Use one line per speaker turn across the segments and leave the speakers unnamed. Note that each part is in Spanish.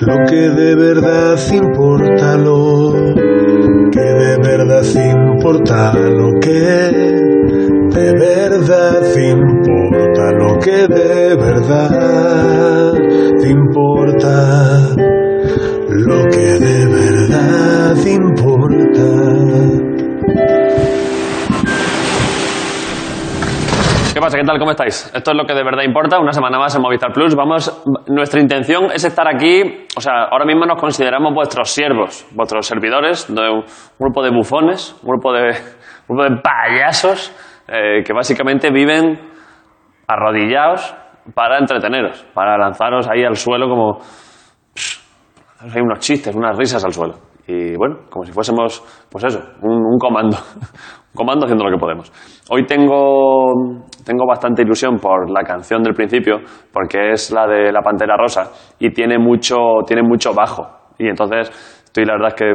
Lo que de verdad importa, lo que de verdad importa, lo que de verdad importa, lo que de verdad importa, lo que de verdad importa.
¿Qué pasa? ¿Qué tal? ¿Cómo estáis? Esto es lo que de verdad importa. Una semana más en Movistar Plus. Vamos, nuestra intención es estar aquí. O sea, ahora mismo nos consideramos vuestros siervos, vuestros servidores, de un grupo de bufones, un grupo de, un grupo de payasos eh, que básicamente viven arrodillados para entreteneros, para lanzaros ahí al suelo como. pss, hay unos chistes, unas risas al suelo. Y bueno, como si fuésemos, pues eso, un, un comando. Un comando haciendo lo que podemos. Hoy tengo, tengo bastante ilusión por la canción del principio, porque es la de La Pantera Rosa y tiene mucho, tiene mucho bajo. Y entonces estoy, la verdad, es que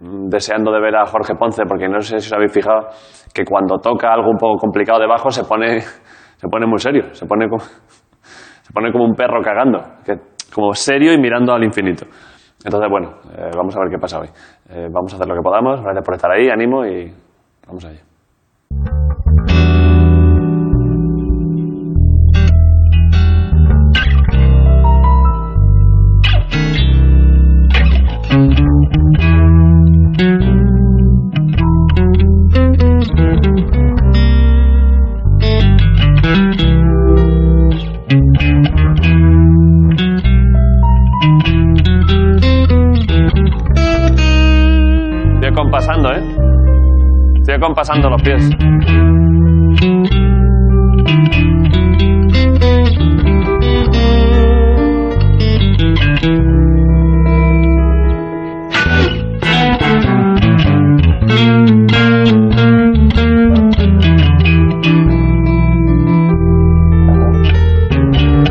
mm, deseando de ver a Jorge Ponce, porque no sé si os habéis fijado que cuando toca algo un poco complicado de bajo se pone, se pone muy serio, se pone como se pone como un perro cagando, que, como serio y mirando al infinito. Entonces, bueno, eh, vamos a ver qué pasa hoy. Eh, vamos a hacer lo que podamos. Gracias por estar ahí, ánimo y vamos allá. Estoy acompasando, ¿eh? Estoy acompasando los pies.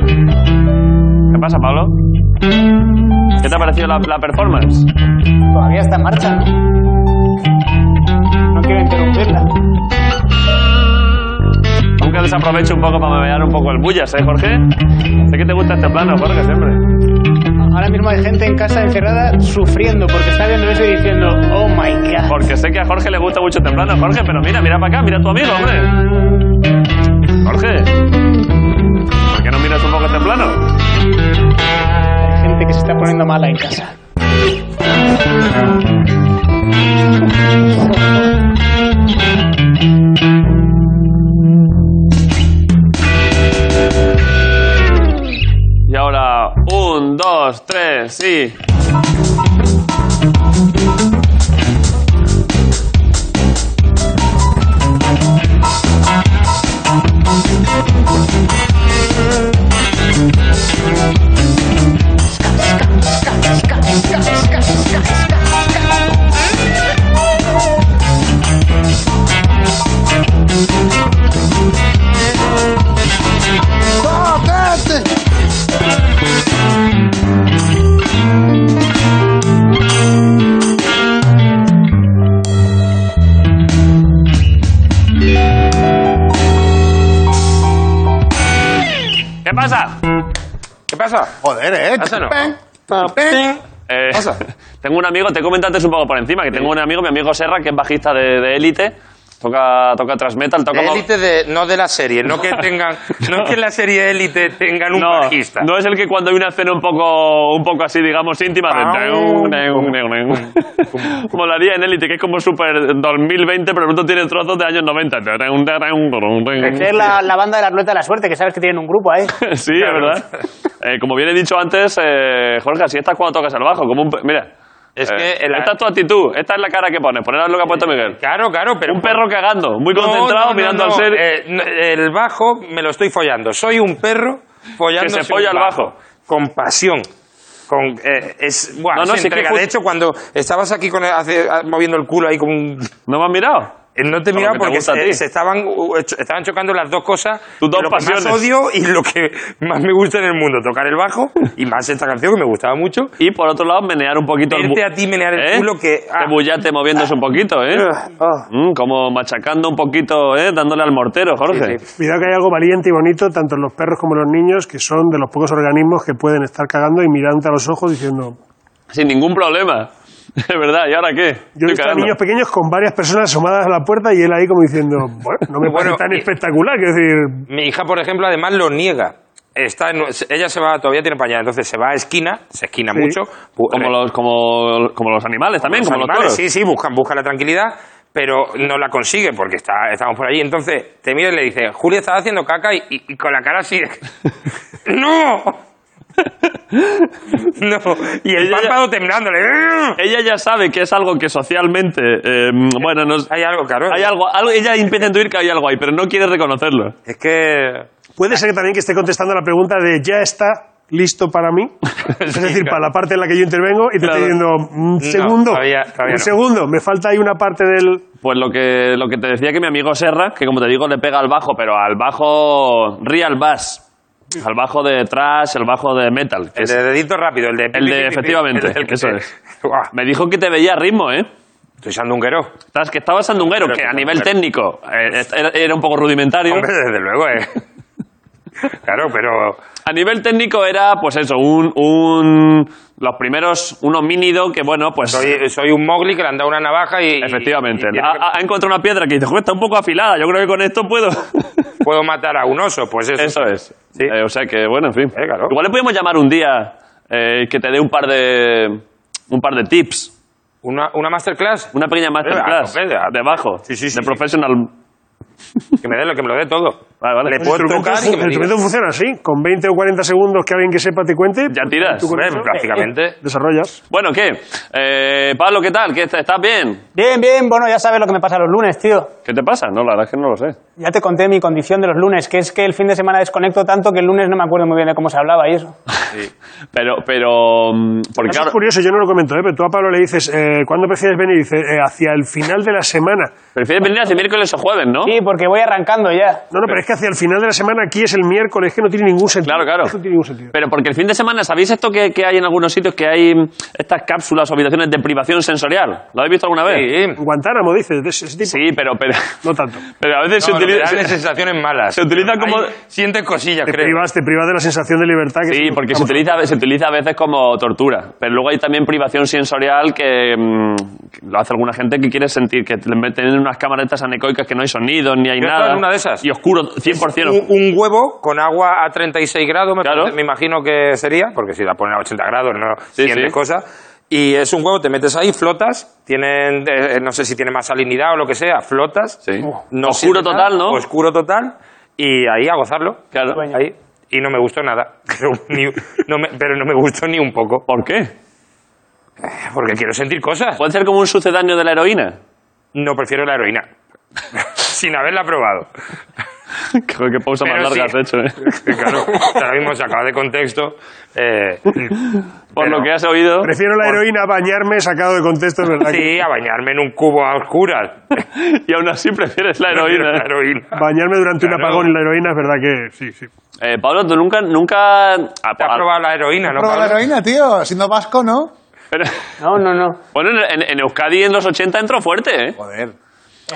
¿Qué pasa, Pablo? ¿Qué te ha parecido la, la performance?
Todavía está en marcha, ¿no? No quiero interrumpirla.
Aunque desaprovecho un poco para mear un poco el bullas, ¿eh, Jorge? Sé que te gusta este plano, Jorge, siempre.
Ahora mismo hay gente en casa encerrada sufriendo porque está viendo eso y diciendo, oh my god.
Porque sé que a Jorge le gusta mucho este plano, Jorge, pero mira, mira para acá, mira a tu amigo, hombre. Jorge, ¿por qué no miras un poco este plano?
Hay gente que se está poniendo mala en casa.
Y ahora, un, dos, tres, sí. ¿Qué pasa?
¿Qué pasa?
Joder, eh.
Eso no.
Pen, ta, pen.
Eh,
Pasa.
Tengo un amigo, te comenté antes un poco por encima, que tengo un amigo, mi amigo Serra, que es bajista de de élite, toca, toca metal, toca...
De
mo-
élite de, no de la serie, no que tengan, no que en la serie élite tengan un
no,
bajista.
no es el que cuando hay una escena un poco, un poco así, digamos, íntima, de...
Pum,
neum, neum, neum. Molaría en élite, que es como super 2020, pero el otro tiene trozos de años 90.
Que es la, la banda de la ruleta de la suerte, que sabes que tienen un grupo ahí.
Sí, es verdad. Eh, como bien he dicho antes, eh, Jorge, así estás cuando tocas el bajo, como un... pe- Mira.
Es
Eh,
que el- Eh,
esta es tu actitud, esta es la cara que pones, poner lo que ha puesto Miguel.
Claro, claro, pero
Un perro cagando, muy concentrado,
No, no, no,
mirando al
no.
ser.
Eh, no, el bajo me lo estoy follando. Soy un perro follando.
Que se folla al bajo.
Con pasión. Con, eh, es, buah,
No, no,
se
sí que
entrega.
ju-
De hecho, cuando estabas aquí con el- hace- moviendo el ah, culo ahí como un...
¿No me has mirado?
Eh, No te
Por lo
miraba
que te
porque
gusta a ti.
se, se estaban, uh, cho- estaban chocando las dos cosas.
Tus dos
lo
pasiones.
que más odio y lo que más me gusta en el mundo, tocar el bajo y más esta canción que me gustaba mucho.
Y por otro lado, menear un poquito el
Verte
mu-
a ti menear el
¿Eh?
culo que... ah,
Este bullate moviéndose un poquito, ¿eh?
ah.
Mm, como machacando un poquito, ¿eh? Dándole al mortero, Jorge.
Sí, sí.
Cuidado que hay algo valiente y bonito, tanto en los perros como en los niños, que son de los pocos organismos que pueden estar cagando y mirándote a los ojos diciendo...
Sin ningún problema. Es verdad, ¿y ahora qué?
Yo he
Estoy
visto a
cagando.
niños pequeños con varias personas asomadas a la puerta y él ahí como diciendo, bueno, no me parece
Bueno,
tan
y-
espectacular, quiero decir...
Mi hija, por ejemplo, además lo niega. Está en- ella se va, todavía tiene pañal, entonces se va a esquina, se esquina
Sí.
mucho. bu-
como, los, como, como los animales también,
los
como
animales,
los toros.
Sí, sí, buscan, busca la tranquilidad, pero no la consigue porque está, estamos por allí. Entonces te mira y le dice, Julia estaba haciendo caca y, y- y con la cara así de... ¡No! no, y el
Ella ya-
párpado temblándole. ¡Ah!
Ella ya sabe que es algo que socialmente, eh, bueno, nos-
Hay algo, claro.
hay algo, algo- ella empieza a intuir que hay algo ahí, pero no quiere reconocerlo.
Es que...
Puede ser que también que esté contestando la pregunta de, ¿ya está listo para mí? es
Sí,
decir,
claro.
para la parte en la que yo intervengo y te
Claro.
estoy diciendo, un segundo,
todavía- todavía
un
no".
segundo, me falta ahí una parte del...
Pues lo que, lo que te decía que mi amigo Serra, que como te digo le pega al bajo, pero al bajo real bass, al bajo de trash, el bajo de metal. que
El
es-
de dedito rápido, el de...
El de- efectivamente,
el
eso
que-
es.
Buah,
Me dijo que te veía a ritmo, ¿eh?
Estoy echando un guero.
Tras que estabas sandunguero,
Pero
que
que
a nivel
sandunguero.
técnico eh, era- era un poco rudimentario.
Hombre, desde luego, eh. Claro, pero
A nivel técnico era, pues eso, un, un los primeros, un homínido que, bueno, pues...
soy, soy un mogli que le han dado una navaja y...
Efectivamente.
y- y-
ha, ha encontrado una piedra que dice, "Joder, está un poco afilada, yo creo que con esto puedo...
puedo matar a un oso, pues eso.
Eso es.
Sí.
Eh, o sea que, bueno, en fin.
Eh, claro.
Igual le podemos llamar un día eh, que te dé un par de un par de tips.
¿Una, una masterclass?
Una pequeña masterclass.
a tope, a-
debajo.
Sí, sí, sí,
De
sí.
professional.
Que me dé lo que me lo dé todo.
Vale, vale.
Le
Pues
El
puedo
instrumento,
tocar y
fu-
que me
el
diga.
instrumento funciona así, con 20 o 40 segundos que alguien que sepa te cuente,
Ya tiras.
tú con
Hombre,
eso
prácticamente.
desarrollas.
Bueno, ¿qué? Eh, Pablo, ¿qué tal? ¿Qué, ¿Estás bien?
Bien, bien, bueno, ya sabes lo que me pasa los lunes, tío.
¿Qué te pasa? No, la verdad es que no lo sé.
Ya te conté mi condición de los lunes, que es que el fin de semana desconecto tanto que el lunes no me acuerdo muy bien de cómo se hablaba y eso.
Pero, pero... mm, Porque
Eso
claro,
es curioso, yo no lo comento, ¿eh? pero tú a Pablo le dices, eh, ¿cuándo prefieres venir? Y dice, eh, hacia el final de la semana.
prefieres venir hace miércoles o jueves, ¿no?
Sí, porque voy arrancando ya.
No, no, pero es que hacia el final de la semana aquí es el miércoles, que no tiene ningún sentido.
Claro, claro.
Esto no tiene ningún sentido.
Pero porque el fin de semana, ¿sabéis esto que, que hay en algunos sitios? Que hay mm, estas cápsulas o habitaciones de privación sensorial. ¿Lo habéis visto alguna vez?
Sí,
Guantánamo, dices, de ese tipo.
Sí, pero, pero,
No tanto.
pero a veces
No,
se
lo que
utiliza...
dan es sensaciones malas.
se utiliza como-
Ahí Sientes cosillas,
Te
creo.
privas, te privas de la sensación de libertad que
Sí,
es-
porque se
vamos,
utiliza, se utiliza a veces como tortura. Pero luego hay también privación sensorial que, mm, que lo hace alguna gente que quiere sentir que le meten en unas cámaras anecoicas que no hay sonido ni hay
Yo he
nada.
estado en una de esas.
Y oscuro, 100%.
Un, un huevo con agua a 36 grados, me,
Claro.
parece- me imagino que sería, porque si la ponen a 80 grados no
Sí,
sientes
sí.
cosas. Y es un huevo, te metes ahí, flotas, tienen, eh, no sé si tiene más salinidad o lo que sea, flotas.
Sí.
sientes
Oscuro
nada,
total, ¿no?
Oscuro total, y ahí a gozarlo.
Claro.
Ahí. Y no me gustó nada, pero, ni- no me, pero no me gustó ni un poco,
¿Por qué?
porque quiero sentir cosas.
¿Puede ser como un sucedáneo de la heroína?
No, prefiero la heroína. Sin haberla probado.
Creo que pausa más
Pero
larga
sí.
has hecho, ¿eh?
claro, ahora mismo se acaba de contexto. eh,
Por
Pero-
lo que has oído.
Prefiero la heroína a bañarme sacado de contexto, es verdad. que
sí, a bañarme en un cubo a oscuras.
Y aún así prefieres la
La
heroína.
heroína.
Bañarme durante un
Claro.
apagón en la heroína es verdad que sí, sí.
Eh, Pablo, tú nunca. nunca ah,
Te has
ah,
probado la heroína, ¿no?
Prueba la
Pablo?
heroína, tío. Siendo vasco, ¿no?
pero-
No, no, no.
bueno, en, en Euskadi en los 80 entró fuerte, ¿eh?
Joder.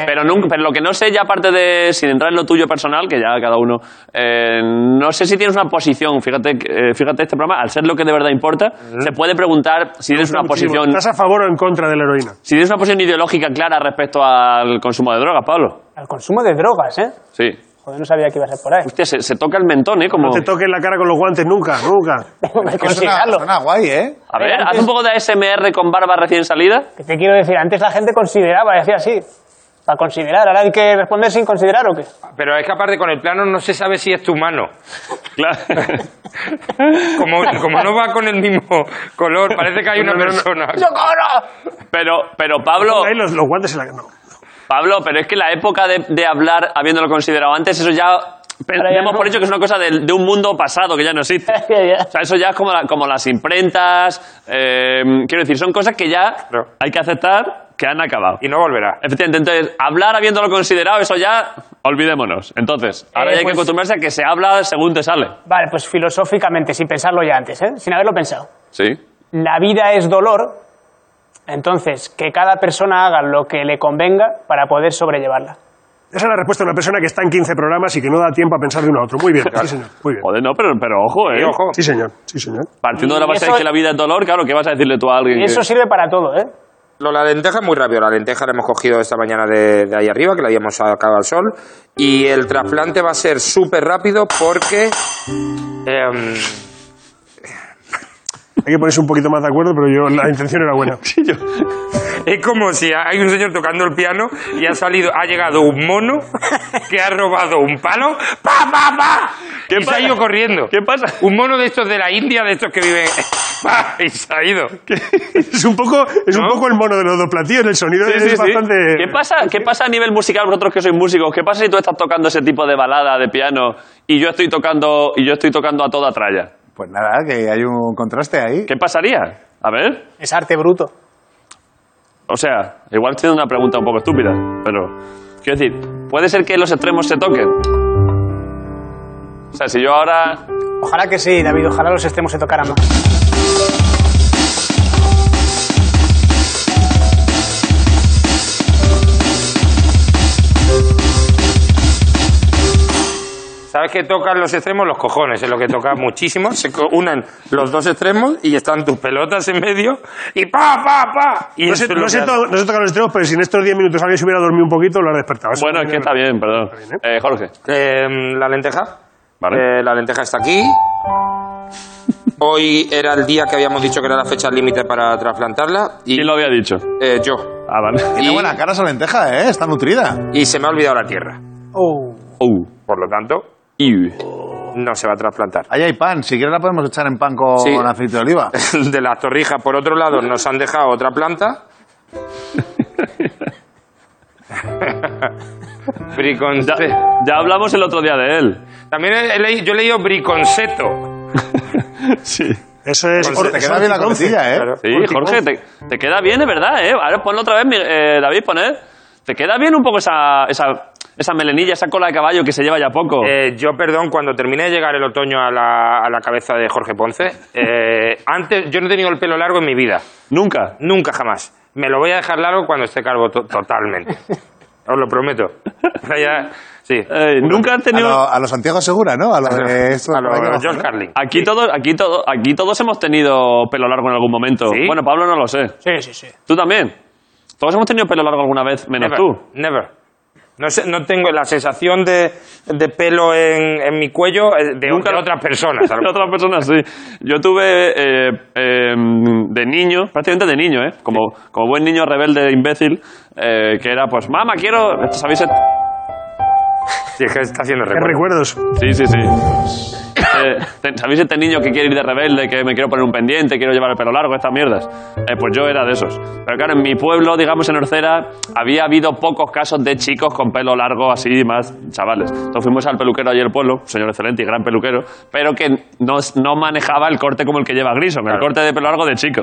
Pero, nunca, pero lo que no sé, ya aparte de, sin entrar en lo tuyo personal, que ya cada uno, eh, no sé si tienes una posición, fíjate, que- eh, fíjate este programa, al ser lo que de verdad importa, se puede preguntar si tienes una
Muchísimo.
posición,
¿Estás a favor o en contra de la heroína?
si tienes una posición ideológica clara respecto al consumo de drogas, Pablo.
Al consumo de drogas, ¿eh?
Sí.
Joder, no sabía que iba a ser por ahí.
Hostia, se, se toca el mentón, ¿eh? Como...
No te toques la cara con los guantes nunca, nunca.
Tengo que
Que suena,
considerarlo.
suena guay, ¿eh?
A ver,
Mira,
haz
antes-
un poco de ASMR con barba recién salida.
Que te quiero decir, antes la gente consideraba, decía así. Para considerar, ahora hay que responder sin considerar o qué.
Pero es que aparte con el plano no se sabe si es tu mano.
Claro.
Como, como no va con el mismo color, parece que hay una persona.
Pero, pero Pablo,
Ahí los, los guantes en la no.
Pablo, pero es que la época de, de hablar habiéndolo considerado antes, eso ya
Ahora ya
damos
no.
por hecho que es una cosa del- de, un mundo pasado que ya no existe.
Ya, ya.
O sea, eso ya es como, la- como las imprentas. eh, quiero decir, son cosas que ya
Claro.
hay que aceptar que han acabado.
Y no volverá.
Efectivamente, entonces, hablar habiéndolo considerado, eso ya, olvidémonos. Entonces, ahora
Eh,
ya hay que
pues-
acostumbrarse a que se habla según te sale.
Vale, pues filosóficamente, sin pensarlo ya antes, ¿eh? sin haberlo pensado.
Sí.
La vida es dolor, entonces que cada persona haga lo que le convenga para poder sobrellevarla.
Esa es la respuesta de una persona que está en 15 programas y que no da tiempo a pensar de uno a otro. Muy bien, sí, señor. Muy bien.
Joder, no, pero, pero ojo, ¿eh?
Y ojo,
Sí, señor. Sí, señor.
Partiendo de la
Y
base de
eso-
que la vida es dolor, claro, ¿qué vas a decirle tú a alguien?
Y
que-
eso sirve para todo, ¿eh?
Lo, la lenteja es muy rápido. La lenteja la hemos cogido esta mañana de, de ahí arriba, que la habíamos sacado al sol. Y el trasplante va a ser súper rápido porque. em,
Hay que ponerse un poquito más de acuerdo, pero yo la intención era buena.
es como si hay un señor tocando el piano y ha salido, ha llegado un mono que ha robado un palo. ¡Pa, pa, pa!
¿Qué
y
pasa?
se ha ido corriendo.
¿Qué pasa?
Un mono de estos de la India, de estos que viven. ¡Pa! Y se ha ido.
Es un poco, es un
¿No?
poco el mono de los dos platillos. El sonido
Sí,
es
sí, sí.
bastante.
¿Qué, pasa, ¿Qué pasa a nivel musical, vosotros que sois músicos? ¿Qué pasa si tú estás tocando ese tipo de balada de piano y yo estoy tocando, y yo estoy tocando a toda tralla?
Pues nada, que hay un contraste ahí.
¿Qué pasaría? A ver.
Es arte bruto.
O sea, igual estoy haciendo una pregunta un poco estúpida, pero quiero decir, puede ser que los extremos se toquen. O sea, si yo ahora.
Ojalá que sí, David, ojalá los extremos se tocaran más.
¿Sabes que tocan los extremos? Los cojones, es lo que toca muchísimo. Se co- unen los dos extremos y están tus pelotas en medio y ¡pa, pa, pa! Y
No
eso
sé,
es lo
no, sé
que
to- no sé tocar los extremos, pero si en estos 10 minutos alguien se hubiera dormido un poquito, lo ha despertado. Eso
Bueno, es que está bien, perdón.
bien,
Eh, Jorge.
Eh, la lenteja.
Vale.
Eh, la lenteja está aquí. Hoy era el día que habíamos dicho que era la fecha límite para trasplantarla. Y
¿Quién lo había dicho?
eh, yo.
Ah, vale.
Tiene
Y-
buena cara esa lenteja, ¿eh? Está nutrida.
Y se me ha olvidado la tierra.
Oh.
Uh.
Por lo tanto,
Iu.
no se va a trasplantar.
Ahí hay pan. Si quieres la podemos echar en pan con
Sí.
aceite de oliva.
De las torrijas, por otro lado, nos han dejado otra planta.
Ya,
Briconce-
ya hablamos el otro día de él.
También he- he leí- yo he leído briconceto.
Sí.
Eso es.
Pues te queda bien la
horticonce.
coletilla, ¿eh?
Claro.
Sí, Jorge, te, te queda bien, es verdad, ¿eh? Ahora ponlo otra vez, mi- eh, David, poner. Te queda bien un poco esa, esa, esa melenilla, esa cola de caballo que se lleva ya poco.
Eh, yo, perdón, cuando terminé de llegar el otoño a la, a la cabeza de Jorge Ponce, eh, antes yo no he tenido el pelo largo en mi vida.
Nunca.
Nunca jamás. Me lo voy a dejar largo cuando esté calvo to- totalmente. Os lo prometo. Ahora ya- sí.
Eh, nunca has
A,
tenido.
lo, a lo Santiago Segura, ¿no? A lo de
Pues,
esto.
A
por ahí
lo
abajo,
George
¿no?
Carlin.
Aquí todos, aquí todo, aquí todos hemos tenido pelo largo en algún momento.
¿Sí?
Bueno, Pablo no lo sé.
Sí, sí, sí.
Tú también. Todos hemos tenido pelo largo alguna vez, menos
Never.
tú.
Never. No, sé- no tengo la sensación de, de pelo en, en mi cuello eh, de,
Nunca
de
lo-
otras personas. a lo
De otras personas, sí. Yo tuve eh, eh, de niño, prácticamente de niño, ¿eh? Como, como buen niño rebelde imbécil, eh, que era pues, mamá, quiero. Esto, ¿Sabéis?
Sí, es que está haciendo
Qué
recuerdo.
recuerdos.
Sí, sí, sí. Eh, te- ¿Sabéis este niño que quiere ir de rebelde, que me quiero poner un pendiente, quiero llevar el pelo largo, estas mierdas? Eh, pues yo era de esos. Pero claro, en mi pueblo, digamos en Orcera, había habido pocos casos de chicos con pelo largo así, más chavales. Entonces fuimos al peluquero allí del pueblo, señor excelente y gran peluquero, pero que no, no manejaba el corte como el que lleva Grison, el corte de pelo largo de chico.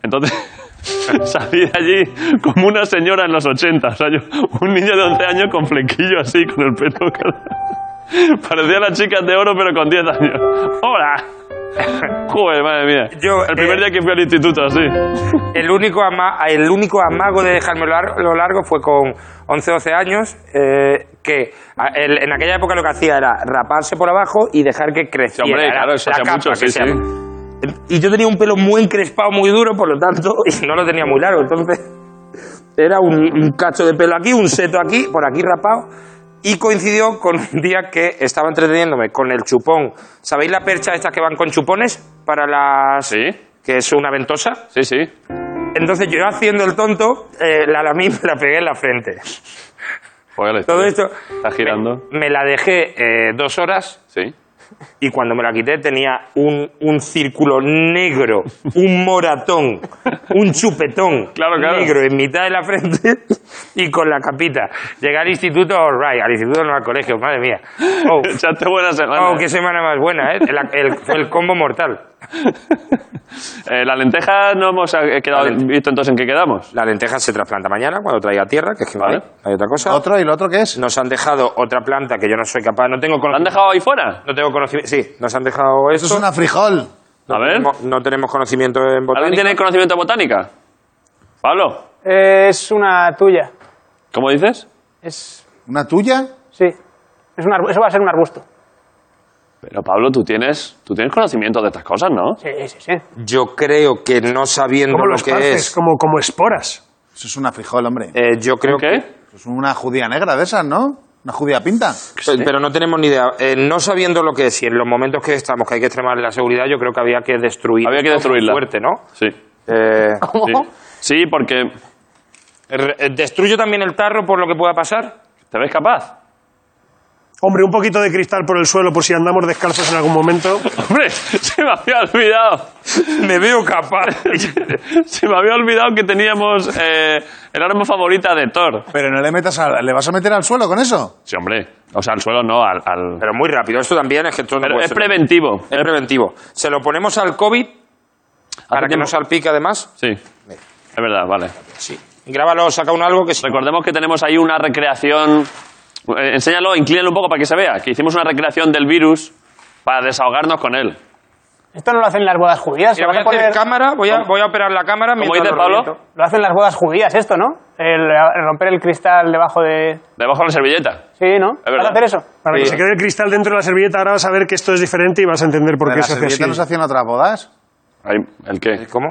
Entonces... Salí de allí como una señora en los 80, o sea, yo, un niño de 11 años con flequillo así, con el pelo. Parecía las chicas de oro, pero con 10 años. ¡Hola! Joder, madre mía.
Yo,
el primer
eh,
día que fui al instituto, así.
El único, ama- el único amago de dejarme lo largo, lo largo fue con 11 12 años, eh, que a- el- en aquella época lo que hacía era raparse por abajo y dejar que creciera.
hombre,
era
claro, eso
la
hacía
capa
mucho,
que
sí,
se
sí.
llama. Y yo tenía un pelo muy encrespado, muy duro, por lo tanto, y no lo tenía muy largo. Entonces, era un, un cacho de pelo aquí, un seto aquí, por aquí rapado. Y coincidió con un día que estaba entreteniéndome con el chupón. ¿Sabéis la percha estas que van con chupones para las...
Sí.
que es una ventosa?
Sí, sí.
Entonces yo haciendo el tonto, eh, la lamí y me la pegué en la frente.
Joder, la
Todo
historia.
esto
Está girando.
me, me la dejé eh, dos horas
Sí.
Y cuando me la quité tenía un, un círculo negro, un moratón, un chupetón
Claro, claro.
negro en mitad de la frente y con la capita. Llegué al instituto, all right, al instituto no al colegio, madre mía. Oh,
Echaste buena semana.
oh, qué semana más buena, ¿eh? El, el- fue el combo mortal.
Eh, la lenteja no hemos eh, quedado, visto entonces en qué quedamos.
La lenteja se trasplanta mañana cuando traiga tierra, que es que no
Vale.
hay, no hay otra cosa.
¿Otro? ¿Y el otro qué es?
Nos han dejado otra planta que yo no soy capaz, no
¿La
tengo
han
conocimiento.
dejado ahí fuera?
No tengo conocimiento. Sí, nos han dejado esto.
Esto es una frijol.
A ver,
No, no tenemos conocimiento en
¿alguien
botánica.
tiene conocimiento de botánica? Pablo,
Eh, Es una tuya.
¿cómo dices?
Es.
¿Una tuya?
Sí. Es un arbu- eso va a ser un arbusto.
Pero Pablo, tú tienes, tú tienes conocimiento de estas cosas, ¿no?
Sí, sí, sí.
Yo creo que no sabiendo
Como
lo
los
que
parces,
es.
como, como esporas.
Eso es una frijol, hombre.
eh, yo creo
¿Qué?
que.
Eso es una judía negra de esas, ¿no? Una judía pinta.
Pe- Pero no tenemos ni idea. Eh, no sabiendo lo que es y en los momentos que estamos, que hay que extremar la seguridad, yo creo que había que destruir.
Había que
esto muy
destruirla.
Fuerte, ¿no?
Sí.
Eh,
Sí. Sí, porque...
re- eh, ¿Destruyo también el tarro por lo que pueda pasar?
¿Te ves capaz?
Hombre, un poquito de cristal por el suelo por si andamos descalzos en algún momento.
Hombre, se me había olvidado.
Me veo capaz.
se me había olvidado que teníamos eh, el arma favorita de Thor.
Pero no le metas al- ¿Le vas a meter al suelo con eso?
Sí, hombre. O sea, al suelo no, al... al-
Pero muy rápido. Esto también es que esto no
Pero
puede
es
ser-
preventivo.
Es preventivo. Se lo ponemos al COVID para que
tiempo.
no salpique además.
Sí. Es verdad, vale.
Sí. Grábalo, saca un algo que se
Recordemos que tenemos ahí una recreación. eh, enséñalo, inclínalo un poco para que se vea. Que hicimos una recreación del virus para desahogarnos con él.
Esto no lo hacen las bodas judías.
Mira,
lo
voy a
van a
hacer
poner-
cámara, voy a, voy a operar la cámara. mientras
dice
lo
Pablo?
reviento.
Lo hacen las bodas judías, esto, ¿no? El, el romper el cristal debajo de.
Debajo de la servilleta.
Sí, ¿no?
verdad.
¿Vas a hacer eso?
Para que
Sí.
se quede el cristal dentro de la servilleta, ahora vas a ver que esto es diferente y vas a entender por
¿De
qué
¿La
se hace así.
servilleta no se hacían otras bodas?
Ahí, ¿El qué?
¿Cómo?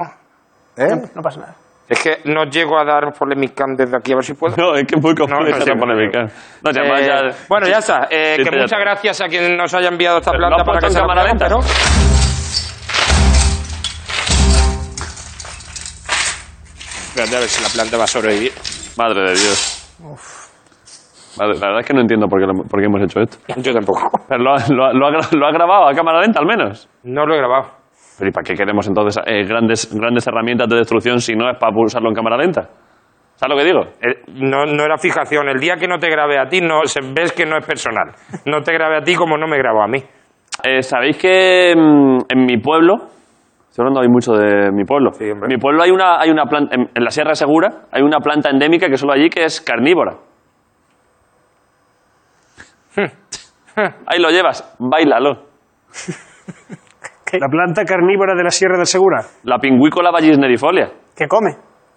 ¿Eh?
No pasa nada.
Es que no llego a dar polémica desde aquí, a ver si puedo.
No, es que es muy complejo
No, no sé.
esa polémica. No, ya,
Eh,
ya-
bueno, ya está. Eh,
Sí,
que
ya
muchas
está.
gracias a quien nos haya enviado esta
Pero lo
planta
has
para
puesto
que
en
se la
cámara
veamos,
lenta.
pero- Espérate a ver si la planta va a sobrevivir.
Madre de Dios. Madre- la verdad es que no entiendo por qué, lo- por qué hemos hecho esto.
Yo tampoco.
Pero lo, ha- lo ha- lo ha gra- lo ha grabado a cámara lenta, al menos.
No lo he grabado.
Pero ¿y para qué queremos entonces eh, grandes, grandes herramientas de destrucción si no es para usarlo en cámara lenta? ¿Sabes lo que digo?
Eh, No, no era fijación. El día que no te grabé a ti, no, se- ves que no es personal. No te grabé a ti como no me grabó a mí.
Eh, Sabéis que mm, en mi pueblo, estoy hablando hoy mucho de mi pueblo,
Sí, hombre.
en mi pueblo hay una, hay una planta, en, en la Sierra de Segura hay una planta endémica que solo allí que es carnívora.
Hmm.
Ahí lo llevas, bailalo.
La planta carnívora de la Sierra del Segura.
La pingüícola vallisnerifolia.
¿Qué come?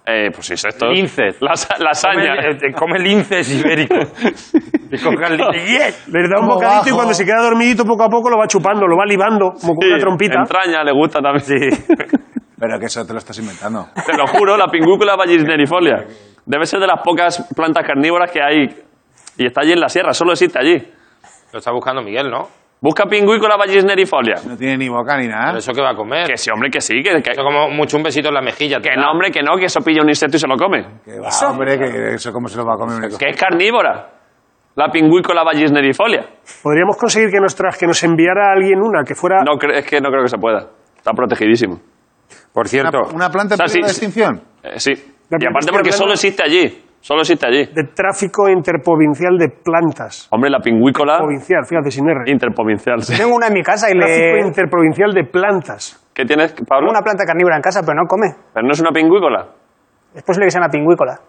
Eh, pues sí, esto.
Linces.
La, lasaña.
Come, eh, te come linces ibéricos. Te coge el lince. ¡Yes!
Le da un
Como
bocadito y
bajo.
cuando se queda dormidito poco a poco lo va chupando, lo va libando, como con
Sí,
una trompita.
Entraña, le gusta también.
Pero que eso te lo estás inventando.
Te lo juro, la pingúcula vallisnerifolia. Debe ser de las pocas plantas carnívoras que hay. Y está allí en la sierra, solo existe allí.
Lo está buscando Miguel, ¿no?
Busca pingüícula vallisnerifolia.
No tiene ni boca ni
¿Pero
nada.
eso que va a comer?
Que sí, hombre, que sí. Que, que,
Eso como mucho un besito en la mejilla. te
que
da.
no, hombre, que no, que eso pilla un insecto y se lo come.
Que va, hombre, que eso cómo se lo va a comer un
Que es carnívora. La pingüícola vallisnerifolia.
Podríamos conseguir que nos, tras, que nos enviara alguien una que fuera...
No, cre- es que no creo que se pueda. Está protegidísimo.
Por cierto,
Una, una planta en
O sea, sí,
peligro de
sí.
extinción.
Eh, sí.
La
Y aparte
estoy
porque
hablando-
solo existe allí. Solo existe allí.
de tráfico interprovincial de plantas.
Hombre, la pingüícola
Provincial, fíjate, sin R.
interprovincial. sí.
Tengo una en mi casa y
Tráfico
le.
interprovincial de plantas.
¿Qué tienes, Pablo?
Tengo una planta carnívora en casa, pero no come.
Pero no es una pingüícola.
Es posible que sea una pingüícola.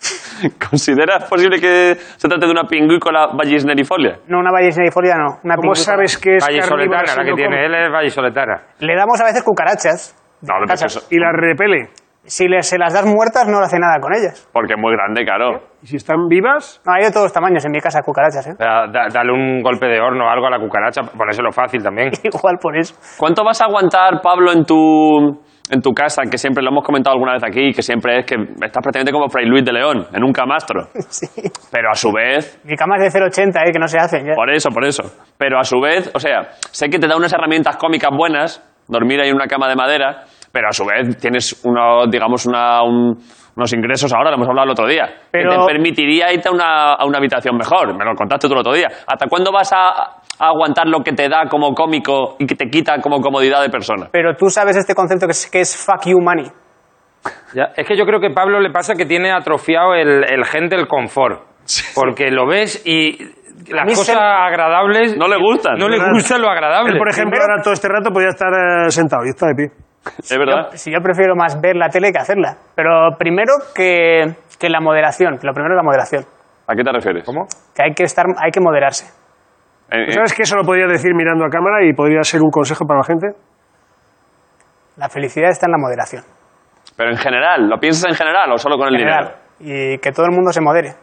¿Consideras posible que se trate de una pingüícola vallisnerifolia?
No, una vallisnerifolia no. Una
¿Cómo
pingüícola.
sabes que es
Valle
carnívora
Soletana,
si
la que
no
tiene
come?
él es Valle Soletana.
Le damos a veces cucarachas.
No, hombre,
Casa.
pues eso-
Y la repele.
Si le- se las das muertas, no le hace nada con ellas.
porque es muy grande, claro.
Y si están vivas,
No, hay de todos tamaños en mi casa cucarachas, ¿eh?
O sea, da- dale un golpe de horno o algo a la cucaracha, ponéselo fácil también.
Igual por eso.
¿Cuánto vas a aguantar, Pablo, en tu, en tu casa? Que siempre lo hemos comentado alguna vez aquí, que siempre es que estás prácticamente como Fray Luis de León, en un camastro.
Sí.
Pero a su vez,
Mi cama es de 0,80, ¿eh? Que no se hacen ya.
por eso, por eso. Pero a su vez, o sea, sé que te da unas herramientas cómicas buenas, dormir ahí en una cama de madera, pero a su vez tienes unos, digamos, una- un- unos ingresos ahora, lo hemos hablado el otro día,
Pero-
que te permitiría irte a una, a una habitación mejor. Me lo contaste tú el otro día. ¿Hasta cuándo vas a, a aguantar lo que te da como cómico y que te quita como comodidad de persona.
Pero tú sabes este concepto que es, que es fuck you money.
Ya, Es que yo creo que Pablo le pasa que tiene atrofiado el, el gen del confort. Porque lo ves y las
mí
cosas
se-
agradables.
No le gustan.
No le gusta lo agradable.
Él, por ejemplo, ahora todo este rato podría estar eh, sentado y está de pie.
Es verdad.
Yo- si yo prefiero más ver la tele que hacerla. Pero primero que, que la moderación. Lo primero es la moderación.
¿A qué te refieres?
¿Cómo?
Que hay que, estar, hay que moderarse.
Eh, eh,
¿Sabes que eso lo podrías decir mirando a cámara y podría ser un consejo para la gente?
La felicidad está en la moderación.
pero en general, ¿lo piensas en general o solo con el dinero?
General. Y que todo el mundo se modere.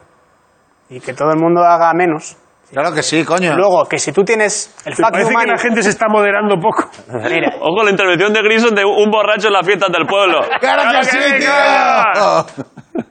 Y que todo el mundo haga menos.
Claro que sí, coño.
Luego, que si tú tienes el
¿Te
fuck you
Ah. parece que
money- pues
la gente se está moderando poco?
Mira,
Ojo, la intervención de Grison de un borracho en las fiestas del pueblo.
¡Claro que sí, tío!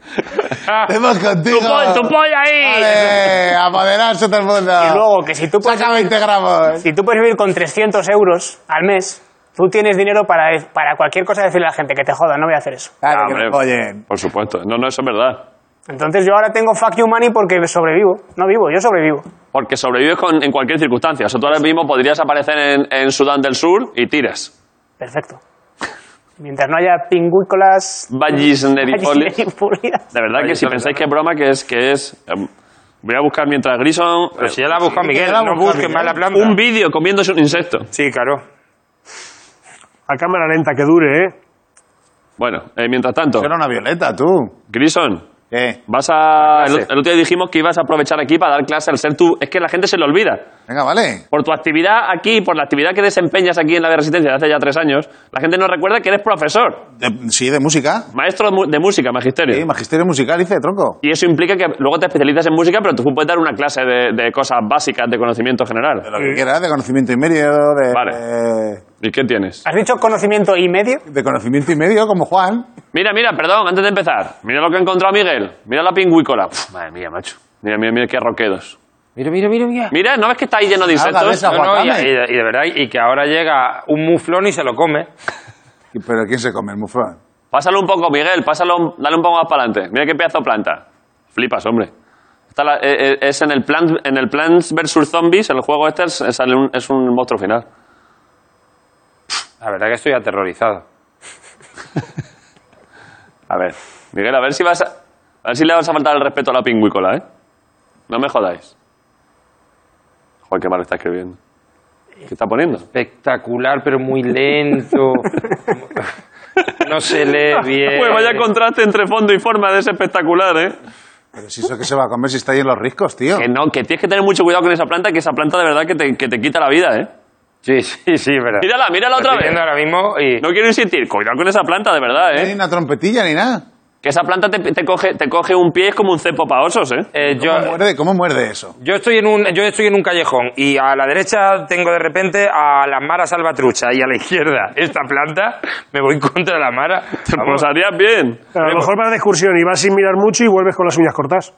¡Estamos contigo!
¡Tu polla
Ah,
ahí!
¡Vale! ¡Apoderarse todo el mundo!
y luego que si tú puedes,
¡Saca 20 gramos!
si tú puedes vivir con 300 euros al mes, tú tienes dinero para, para cualquier cosa decirle a la gente que te joda, no voy a hacer eso.
Claro, que
Ah, Hombre,
me follen.
Por supuesto. No, no, eso es verdad.
Entonces yo ahora tengo fuck you money porque sobrevivo. No vivo, yo sobrevivo.
Porque sobrevives con- en cualquier circunstancia. O sea, tú ahora mismo podrías aparecer en, en Sudán del Sur y tiras.
Perfecto. Mientras no haya pingüícolas...
Vallisnerifolia.
gallinipulias.
De verdad que si pensáis que es broma, que es... Que es em, voy a buscar mientras Grison...
Pero si ya la busca Miguel,
la
no
busca
busques
Miguel.
más la planta.
un vídeo comiéndose un insecto.
Sí, claro.
A cámara lenta que dure, ¿eh?
Bueno, eh, mientras tanto,
Era una violeta, tú.
Grison,
¿Qué?
vas a... El,
clase.
el otro día dijimos que ibas a aprovechar aquí para dar clase al ser tú... Es que la gente se lo olvida.
Venga, vale.
Por tu actividad aquí, por la actividad que desempeñas aquí en la de Resistencia de hace ya tres años, la gente no recuerda que eres profesor,
De- sí, de música.
maestro de mu- de música, magisterio.
Sí, magisterio musical, hice, tronco.
Y eso implica que luego te especializas en música, pero tú puedes dar una clase de, de cosas básicas de conocimiento
De
general.
lo que quieras, de conocimiento y medio, de...
Vale.
eh,
¿Y qué tienes?
¿Has dicho conocimiento y medio?
de conocimiento y medio, como Juan.
Mira, mira, perdón, antes de empezar. Mira lo que ha encontrado Miguel. Mira la pingüícola. Pf, madre mía, macho. Mira, mira, mira qué roquedos.
Mira, mira, mira, mira.
Mira, ¿no ves que está ahí lleno de
Nada,
insectos?
ves a
No, no, y,
Guacame.
y de- y de verdad, y que ahora llega un muflón y se lo come.
Y- Pero ¿quién se come el muflón?
Pásalo un poco, Miguel, pásalo, dale un poco más para adelante. Mira qué pedazo de planta. Flipas, hombre. Está la- eh, eh, es en el, Plants, en el Plants vs. Zombies, el juego este es, sale un- es un monstruo final.
La verdad que estoy aterrorizado.
A ver, Miguel, a ver si vas a, a ver si le vas a faltar el respeto a la pingüícola, ¿eh? No me jodáis. Joder, qué mal está escribiendo. ¿Qué está poniendo?
Espectacular, pero muy lento. No se lee bien.
Pues vaya contraste entre fondo y forma de ese espectacular, ¿eh?
Pero si eso que se va a comer si está ahí en los riscos, tío.
Que no, que tienes que tener mucho cuidado con esa planta, que esa planta de verdad que te, que te quita la vida, ¿eh?
Sí, sí, sí, verdad.
Mírala, mírala
Lo
otra
estoy viendo
vez.
ahora mismo y...
No quiero insistir, cuidado con esa planta, de verdad,
No hay ni
¿eh?
una trompetilla ni nada.
Que esa planta te, te coge, te coge un pie y es como un cepo para osos, ¿eh?
eh, yo,
¿Cómo, muerde, ¿Cómo muerde eso?
Yo estoy, en un, yo estoy en un callejón y a la derecha tengo de repente a la Mara Salvatrucha y a la izquierda esta planta. Me voy contra la Mara.
Pues
Vamos.
harías bien.
A lo mejor vas de excursión y vas sin mirar mucho y vuelves con las uñas cortas.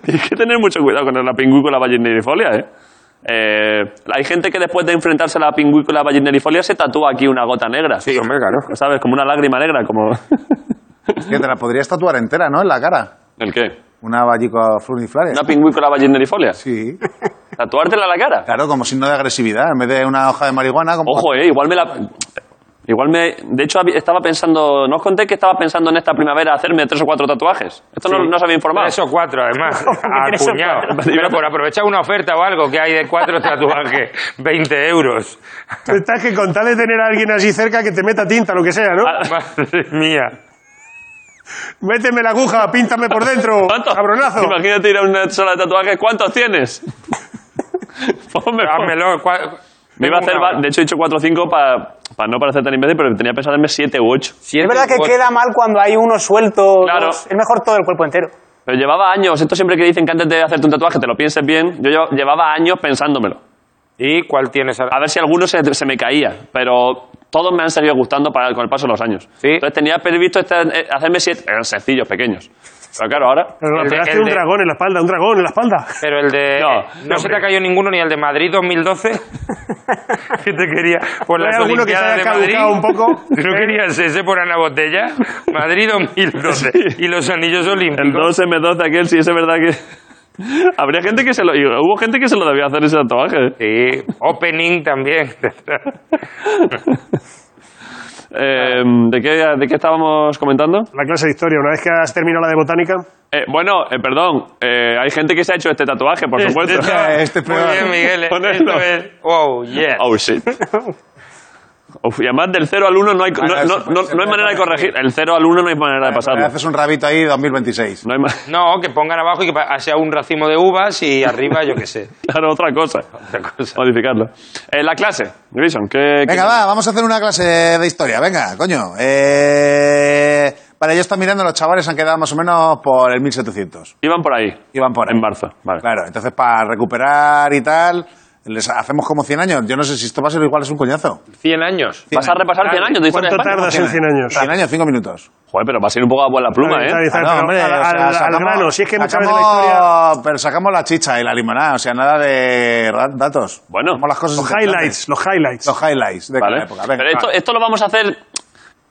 Tienes que tener mucho cuidado con la pingüícola vallinerifolia, ¿eh? Eh, Hay gente que después de enfrentarse a la pingüícola vallinerifolia se tatúa aquí una gota negra. Pues,
Sí, hombre, claro.
¿Sabes? Como una lágrima negra, como...
Es Que te la podrías tatuar entera, ¿no? En la cara.
¿El qué?
Una vallico fluniflaria.
¿Una pingüícola vallinerifolia?
Sí.
¿Tatuártela a la cara?
Claro, como signo de agresividad. En vez de una hoja de marihuana, como...
Ojo, eh, igual me la... Igual me... De hecho, hab- estaba pensando... No os conté que estaba pensando en esta primavera hacerme tres o cuatro tatuajes. Esto no, no os había informado.
Tres o cuatro, además.
Tres o
acuñado.
cuatro.
Pero por aprovechar una oferta o algo que hay de cuatro tatuajes, 20 euros.
Tú estás que con tal de tener a alguien así cerca que te meta tinta, lo que sea, ¿no?
Ah. Madre mía.
Méteme la aguja, píntame por dentro,
¿Cuántos?
cabronazo.
Imagínate ir a una sala de tatuajes. ¿Cuántos tienes? Pues Ponme, ponme.
Házmelo. cua-
Me iba a hacer,
Tengo una
va-
hora.
de hecho, he dicho 4 o 5 para no parecer tan imbécil, pero tenía pensado hacerme 7 u 8.
Es
Siete
verdad que
u ocho.
queda mal cuando hay uno suelto.
Claro.
dos. Es mejor todo el cuerpo entero.
Pero llevaba años, esto siempre que dicen que antes de hacerte un tatuaje te lo pienses bien, yo llevo- llevaba años pensándomelo.
¿Y cuál tienes ahora?
A ver si alguno se, se me caía, pero todos me han seguido gustando para, con el paso de los años.
Sí.
Entonces tenía previsto este- eh, hacerme 7, eran sencillos, pequeños. Pero claro, ahora...
Pero
El
le
de-
pegaste
el
un
de-
dragón en la espalda, un dragón en la espalda.
Pero el de.
No,
eh, No, se te ha caído ninguno, ni el de Madrid 2012. que te quería. Por
¿No
las
hay alguno que te
Olimpiadas
haya
de Madrid.
caducado un poco? ¿Eh?
¿No querías ese por Ana Botella? Madrid 2012. Y los anillos olímpicos.
El 2M12 aquel, sí, es verdad que... Habría gente que se lo. y Hubo gente que se lo debía hacer ese tatuaje.
Sí, opening también.
Eh, ¿de, qué, ¿De qué estábamos comentando?
La clase de historia, una vez que has terminado la de botánica,
Eh, bueno, eh, perdón. eh, hay gente que se ha hecho este tatuaje, por supuesto.
este
Muy
programa.
bien, Miguel. ¿eh?
Ponedlo.
Esto es... Wow, yes.
Oh, shit. Uf, y además del 0 al 1 no hay, no,
Ah, no,
no-
se puede-
no-
se
no hay
puede
manera de
poner
corregir. El 0 al 1 no hay manera de pasarlo.
Haces un rabito ahí 2026.
No hay ma-
No, que pongan abajo y que pa- sea un racimo de uvas y arriba, yo qué sé.
Claro, otra cosa.
Otra cosa.
Modificarlo. Eh, la clase, Grison, ¿qué, qué-
Venga, va, vamos a hacer una clase de historia. Venga, coño. Eh, Vale, yo estoy mirando, los chavales han quedado más o menos por el 1700.
Iban por ahí.
Iban por ahí.
En marzo, vale.
Claro, entonces para recuperar y tal, les hacemos como 100 años. Yo no sé si esto va a ser igual, es un coñazo.
100 años.
¿Vas a repasar 100 años de historia de
¿cuánto
España?
tardas en 100 años?
100 años, 5 minutos.
Joder, pero va a ser un poco a la pluma,
Dale,
¿eh?
dale, dale,
Ah, no,
pero
hombre,
al,
o sea,
al- al
sacamos-
grano, si es que muchas veces la
sacamos-
historia...
Pero sacamos la chicha y la limonada, o sea, nada de ra- datos.
Bueno,
Sacamos las cosas
Los highlights,
interesantes.
los highlights.
Los highlights de
Vale.
cada época. Venga,
pero esto,
va.
esto lo vamos a hacer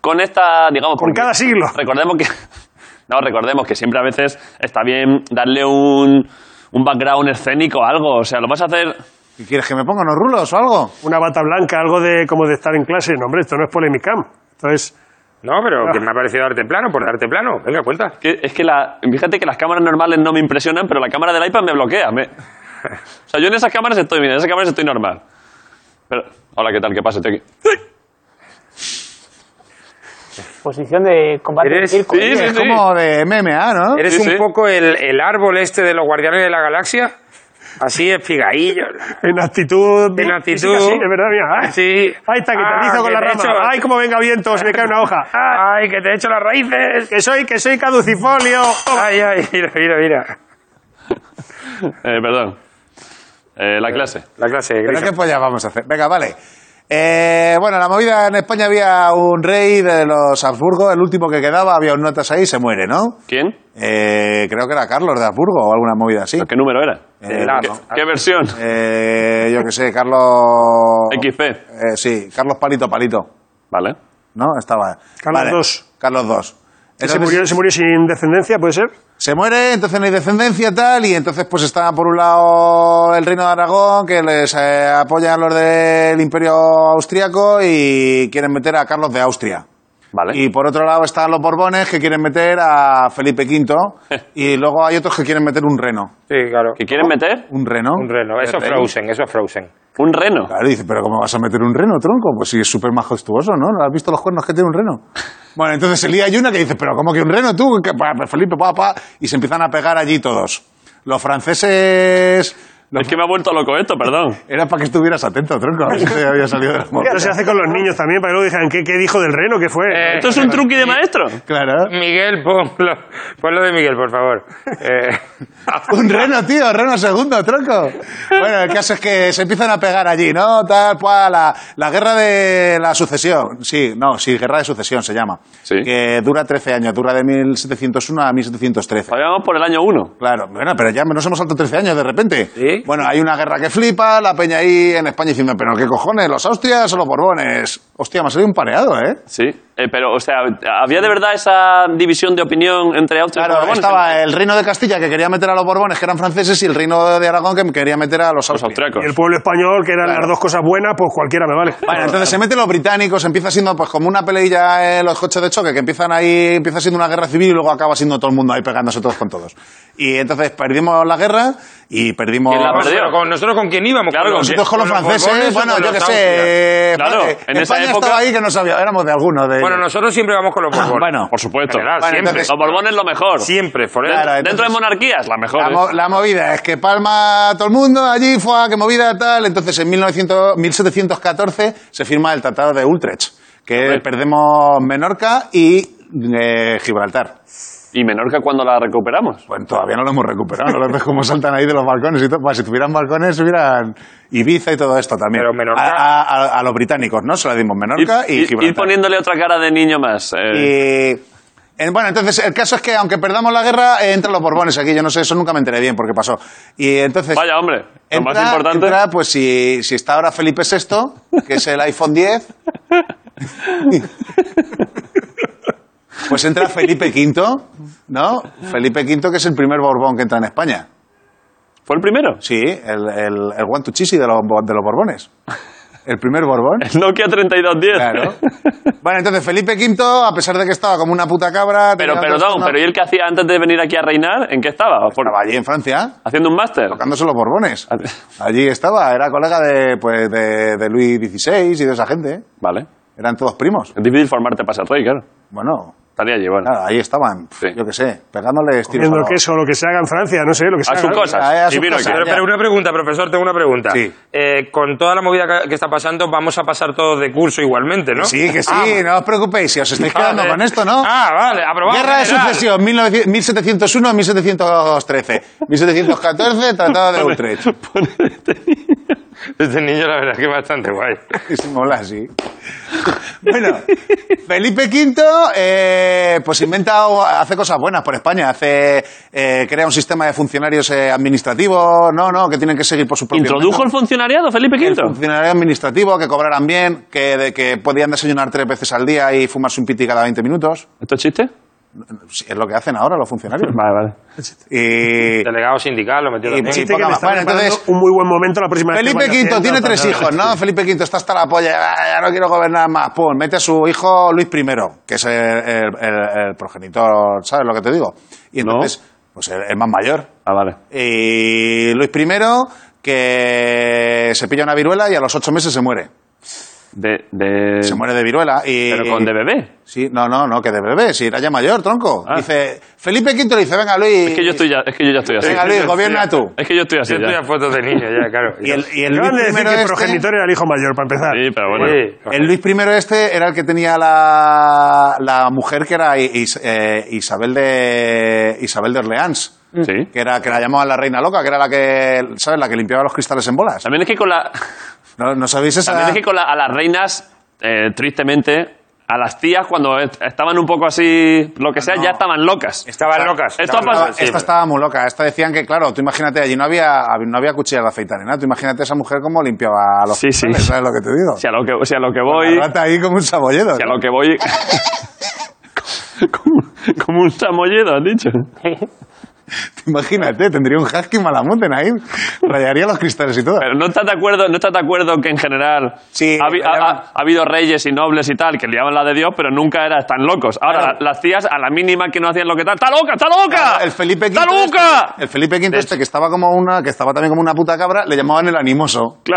con esta, digamos...
Con
porque
cada siglo.
Recordemos que... No, recordemos que siempre a veces está bien darle un, un background escénico a algo. O sea, lo vas a hacer...
¿Y ¿Quieres que me ponga unos rulos o algo?
Una bata blanca, algo de como de estar en clase. No, hombre, esto no es polemicam. Entonces,
No, pero que me ha parecido darte plano, por darte plano. Venga, cuenta.
que- es que la... Fíjate que las cámaras normales no me impresionan, pero la cámara del iPad me bloquea. me- O sea, yo en esas cámaras estoy bien, en esas cámaras estoy normal. Pero... Hola, ¿qué tal? ¿Qué pasa? Estoy aquí.
Posición de combate de
Eres-
circo.
Sí, sí,
es
sí.
como de MMA, ¿no?
Eres
Sí,
un
sí.
poco el, el árbol este de los guardianes de la galaxia. Así espigadillo.
en actitud...
En actitud.
física, Sí, es verdad, mira. ah,
Sí.
Ahí está, que
Ah,
te rizo con
que
la
te
rama.
echo-
Ay, cómo venga viento, se me cae una hoja. Ah,
Ay, que te he hecho las raíces.
que soy, que soy caducifolio. Toma.
Ay, ay, mira, mira, mira.
Eh, perdón. Eh, la clase.
La clase de
Pero
Grison.
qué polla vamos a hacer. Venga, vale. Eh, bueno, la movida en España había un rey de los Habsburgo, el último que quedaba, había un notas ahí, se muere, ¿no?
¿Quién?
Eh, creo que era Carlos de Habsburgo o alguna movida así.
¿Qué número era?
Eh,
la-
¿Qué, qué versión?
eh, yo qué sé, Carlos...
XP.
Eh, sí, Carlos Palito Palito,
Vale.
¿no? Estaba...
Carlos
Vale,
dos.
Carlos II.
Que
Entonces-
se, murió, se murió sin descendencia, ¿puede ser?
se muere, entonces no hay descendencia tal, y entonces pues está por un lado el reino de Aragón, que les eh, apoyan los del imperio austriaco y quieren meter a Carlos de Austria.
Vale.
Y por otro lado están los Borbones, que quieren meter a Felipe V, y luego hay otros que quieren meter un reno.
Sí, claro.
¿Que quieren meter?
¿Un reno?
Un reno. Eso
¿El
Frozen, eso Frozen.
Un reno.
Claro, y dice, pero ¿cómo vas a meter un reno, tronco? Pues sí, es súper majestuoso, ¿no? ¿No has visto los cuernos que tiene un reno? Bueno, entonces se lía y una que dice, pero ¿cómo que un reno tú? Que pa- pa- Felipe, papá, y se empiezan a pegar allí todos. Los franceses... los-
Es que me ha vuelto loco esto, perdón.
Era para que estuvieras atento, tronco, a ver si te había salido de la moto.
Esto se hace con los niños también, para que luego digan, ¿qué, qué dijo del reno? ¿Qué fue?
Eh,
¿Esto es un truqui de maestro?
Claro.
Miguel, ponlo, ponlo de Miguel, por favor. Eh,
Un reno, tío, reno segundo, tronco. Bueno, el caso es que se empiezan a pegar allí, ¿no? Tal, cual, la, la guerra de la sucesión. Sí, no, sí, guerra de sucesión se llama.
Sí.
Que dura 13 años, dura de 1701 a 1713.
Todavía vamos por el año 1.
Claro, bueno, pero ya nos hemos saltado 13 años de repente.
Sí.
Bueno, hay una guerra que flipa, la peña ahí en España diciendo, pero ¿qué cojones? ¿Los austrias o los borbones? Hostia, me ha salido un pareado, ¿eh?
Sí. Eh, pero, o sea, ¿había de verdad esa división de opinión entre Austria y
Claro,
Borbones?
estaba el reino de Castilla que quería meter a los borbones, que eran franceses, y el reino de Aragón que quería meter a los
Los
austrias.
Y el
austriacos.
pueblo español, que eran
Claro.
las dos cosas buenas, pues cualquiera me vale.
Bueno, entonces se meten los británicos, empieza siendo pues como una peleilla en los coches de choque, que empiezan ahí, empieza siendo una guerra civil y luego acaba siendo todo el mundo ahí pegándose todos con todos. Y entonces perdimos la guerra y perdimos...
¿Quién la perdió?
pero con nosotros con quién íbamos?
Claro,
¿Con los-
Nosotros con los franceses,
borbones o
bueno,
con los
yo qué
austrias?
sé. eh,
Claro,
padre,
en esa
España
época-
estaba ahí que no sabía, éramos de alguno. De...
Bueno, nosotros siempre vamos con los borbones.
Bueno,
Por supuesto.
En general,
Bueno,
siempre.
entonces-
Los Borbones lo mejor.
Siempre, forever.
Claro, entonces-
Dentro de monarquías, la mejor.
La,
¿eh?
mo- la movida es que palma todo el mundo allí, fue que movida tal. Entonces en 1900 1714 se firma el Tratado de Utrecht, que
Hombre.
perdemos Menorca y eh, Gibraltar.
¿Y Menorca cuando la recuperamos?
Bueno, todavía no lo hemos recuperado, no lo ves cómo saltan ahí de los balcones y todo. Bueno, si tuvieran balcones, hubieran Ibiza y todo esto también.
Pero Menorca-
A, a- a- a los británicos, ¿no? Se lo dimos Menorca y,
Ir- ir-
Gibraltar.
ir poniéndole otra cara de niño más. eh.
Y, en- bueno, entonces el caso es que aunque perdamos la guerra, eh, entran los borbones aquí. Yo no sé, eso nunca me enteré bien porque pasó. Y entonces.
Vaya, hombre. Lo
pues, entra-
más importante.
entra, pues si, si está ahora Felipe VI, que es el iPhone 10. pues entra Felipe V, ¿no? Felipe V, que es el primer borbón que entra en España.
¿Fue el primero?
Sí, el, el, el One to Chisi de los, de los Borbones. El primer Borbón.
El Nokia 3210.
Claro. Bueno, entonces Felipe V, a pesar de que estaba como una puta cabra.
Pero
tenía
perdón,
otras-
pero ¿y el que hacía antes de venir aquí a reinar? ¿En qué estaba? Por-
pues, Estaba allí en Francia,
¿Haciendo un máster? Ah,
tocándose los Borbones. Allí estaba, era colega de, pues, de, de Luis XVI y de esa gente.
Vale.
Eran todos primos.
Es difícil formarte para ser rey, claro.
Bueno,
Estaría allí, bueno.
nada, ahí estaban, pf,
Sí.
yo qué sé, pegándole estilos.
Viendo
a los-
queso o lo que se haga en Francia, no sé, lo que se
A sus
haga.
cosas.
Ah, eh, a
y
sus
vino
cosas.
aquí.
Pero,
Ya.
pero una pregunta, profesor, tengo una pregunta.
Sí.
Eh, con toda la movida que- que está pasando, vamos a pasar todos de curso igualmente, ¿no?
Sí, que sí,
Ah.
no os preocupéis, si os estáis quedando
Vale.
con esto, ¿no?
Ah, vale, aprobado.
Guerra de
general.
sucesión, 1900 1701 1713. 1714, Tratado de Utrecht.
Este niño, la verdad, es que es bastante guay.
Es mola, sí. Bueno, Felipe V, eh, pues inventa, o hace cosas buenas por España. Hace, eh, crea un sistema de funcionarios eh, administrativos, no, no, que tienen que seguir por su propio.
¿Introdujo el
método.
funcionariado, Felipe
El
V?
funcionario administrativo, que cobraran bien, que, de, que podían desayunar tres veces al día y fumarse un piti cada 20 minutos.
¿Esto es chiste?
Sí, es lo que hacen ahora los funcionarios.
Vale, vale.
Y.
Delegado sindical, lo metió
Y
también.
chiste
Dice que
Poca
me
más.
está
Bueno,
preparando
entonces-
un muy buen momento la próxima vez que
Felipe
vaya
V
haciendo,
tiene
para-
tres hijos, ¿no? Felipe V está hasta la polla, ya, ya no quiero gobernar más. Pum, mete a su hijo Luis I, que es el, el- el- el progenitor, ¿sabes lo que te digo? Y
No.
entonces, pues el, el más mayor.
Ah, vale.
Y Luis I, que se pilla una viruela y a los ocho meses se muere.
De, de...
Se muere de viruela. Y,
Pero con de bebé.
Sí, no, no, no, que de bebé, si era ya mayor, tronco.
Ah.
Dice, Felipe V le dice, venga Luis.
Es que yo estoy ya, es que yo ya estoy así.
Venga Luis, gobierna tú.
Es que yo estoy así
Yo
ya.
tenía fotos de niño, ya, claro.
Y el, y el
Acaban de
Luis I
decir que
este-
progenitor era el hijo mayor, para empezar.
Sí, pero bueno.
Sí.
El Luis I este era el que tenía la, la mujer que era I- Is- eh, Isabel de Isabel de Orleans,
Mm. Sí.
que era que la llamaban la reina loca, que era la que sabes la que limpiaba los cristales en bolas.
También es que con la,
¿No, no sabéis esa?
también es que con la- a las reinas, eh, tristemente, a las tías cuando est- estaban un poco así, lo que sea, ya estaban locas.
Estaban locas.
Esto
estaban
ha pasado-
locas, sí,
esta estaba muy loca. Esta decían que, claro, tú imagínate, allí no había, no había cuchilla de aceite ni nada. Tú imagínate a esa mujer cómo limpiaba los
Sí, sí.
cristales, ¿sabes lo que te digo?
Si a lo que, si a lo que voy,
La rata ahí como un sabolledo.
si a lo que voy... como, como un samoyedo, has dicho.
Imagínate, tendría un husky malamuten ahí, rayaría los cristales y todo.
Pero no estás de acuerdo, no estás de acuerdo que en general
Sí,
ha, habi- ha-
pero-
ha- ha habido reyes y nobles y tal que liaban la de Dios, pero nunca eran tan locos. Ahora,
Claro.
la- las tías a la mínima que no hacían lo que tal. ¡Está loca! ¡Está loca!
Claro, Ah, El Felipe V.
¡Está loca!
este- el Felipe V este que estaba como una, que estaba también como una puta cabra, le llamaban el animoso.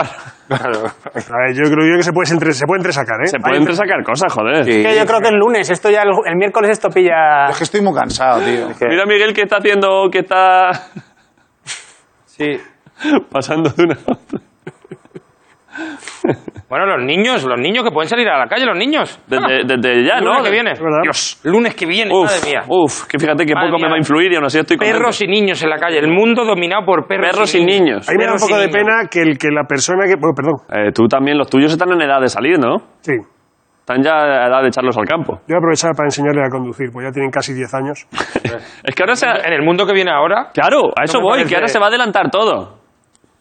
Claro.
Pues, A ver, yo creo yo que se puede, entre- se puede entresacar, ¿eh?
Se pueden sacar cosas, joder.
Es que yo creo que el lunes, esto ya el, el miércoles esto pilla...
Es que estoy muy cansado, tío.
Mira a Miguel que está haciendo, que está
Sí.
pasando de una a otra.
Bueno, los niños, los niños que pueden salir a la calle, los niños.
Desde, desde ya,
El
¿no?
lunes que viene.
¿Verdad?
Dios. Lunes que viene,
Uf,
madre mía.
uf, que fíjate que
Madre
poco me
mía.
va a influir y aún así estoy con
Perros y niños en la calle. El mundo dominado por perros,
perros y niños.
Ahí me da un
Perros
poco
y
de
niños.
pena que, el, que la persona que... Bueno, perdón.
Eh, tú también, los tuyos están en edad de salir, ¿no?
Sí. Yo
Están ya a edad de echarlos al campo.
voy a aprovechar para enseñarle a conducir, pues ya tienen casi 10 años.
Es que ahora se, ha-
En el mundo que viene ahora,
Claro, a eso
me
voy,
parece-
que ahora se va a adelantar todo.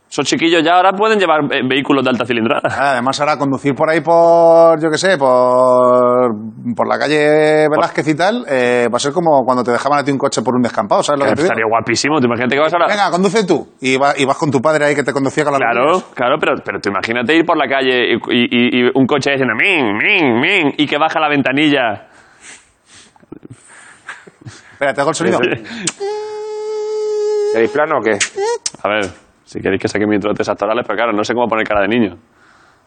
Esos chiquillos ya ahora pueden llevar eh, vehículos de alta cilindrada.
Ah, Además, ahora conducir por ahí por, yo qué sé, por, por la calle Velázquez y tal, eh, va a ser como cuando te dejaban a ti un coche por un descampado, ¿sabes lo que te digo?
Estaría guapísimo, te imagínate que vas ahora...
Venga, conduce tú. Y, va- y vas con tu padre ahí que te conducía con la
Claro, claro, pero, pero tú imagínate ir por la calle y, y- y- y un coche ahí diciendo min, min, min, y que baja la ventanilla.
Espera, te hago el sonido.
¿queréis plano o qué?
A ver, si queréis que saque mis trotes actorales, pero claro, no sé cómo poner cara de niño.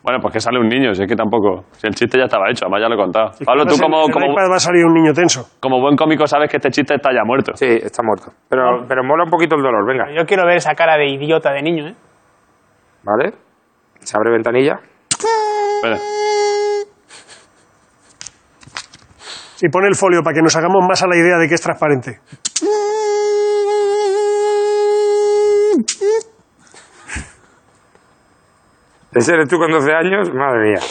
Bueno, pues que sale un niño, si es que tampoco. Si el chiste ya estaba hecho, además ya lo he contado. Pablo, tú
Además, en-
como,
en el
como,
iPad va a salir un niño tenso.
como buen cómico sabes que este chiste está ya muerto.
Sí, está muerto. Pero, pero mola un poquito el dolor, venga.
Yo quiero ver esa cara de idiota de niño, ¿eh?
¿Vale? Se abre ventanilla.
Espera.
Si pone el folio para que nos hagamos más a la idea de que es transparente.
Ese eres tú con 12 años, madre mía.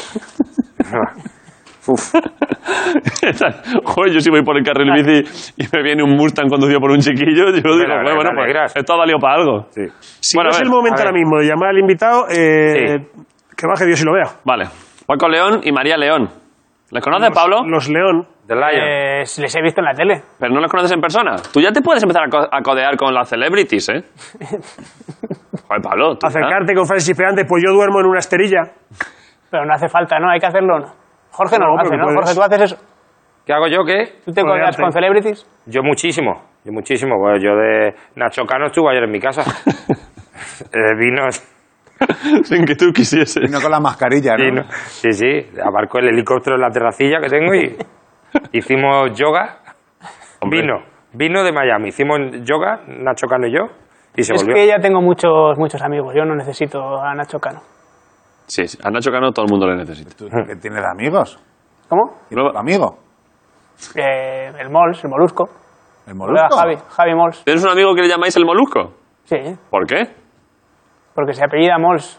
Joder, yo si voy por el carril bici y me viene un Mustang conducido por un chiquillo, yo digo,
Mira,
bueno, bueno,
dale,
pues
gracias.
esto ha valido para algo.
Sí.
Si
Bueno,
no
a
es
ver,
el momento
a ver.
ahora mismo de llamar al invitado, eh, que baje Dios y lo vea.
Vale. Paco León y María León. ¿Les conoces, Pablo? ¿Ah?
Los León.
The Lion.
Eh, les he visto en la tele.
Pero no los conoces en persona. Tú ya te puedes empezar a, co- a codear con las celebrities, ¿eh? Joder, Pablo. tú ya.
Acercarte con frases inspirantes, pues yo duermo en una esterilla.
Pero no hace falta, ¿no? Hay que hacerlo, ¿no? Jorge no,
No,
lo hace,
pero
¿no?
puedes.
Jorge, tú haces eso.
¿Qué hago yo? ¿Qué?
¿Tú te
Joder,
codeas
sí.
con celebrities?
Yo muchísimo, yo muchísimo. Bueno, yo de Nacho Cano estuve ayer en mi casa. Eh, vino,
¿eh? Sin que tú quisieses.
Vino con la mascarilla, ¿no?
vino- Sí, sí, abarcó el helicóptero en la terracilla que tengo y hicimos yoga.
Hombre.
Vino, vino de Miami. Hicimos yoga, Nacho Cano y yo, y se
Es
volvió.
que ya tengo muchos, muchos amigos. Yo no necesito a Nacho Cano.
Sí, sí, a Nacho Cano todo el mundo le necesita.
¿Tú que tienes amigos?
¿Cómo?
¿Tienes amigo?
Eh, el Mols, el Molusco.
¿El
Hola,
molusco?
Javi, Javi Mols.
¿Tienes un amigo que le llamáis el molusco?
Sí, ¿eh?
¿Por qué?
porque se apellida Mols.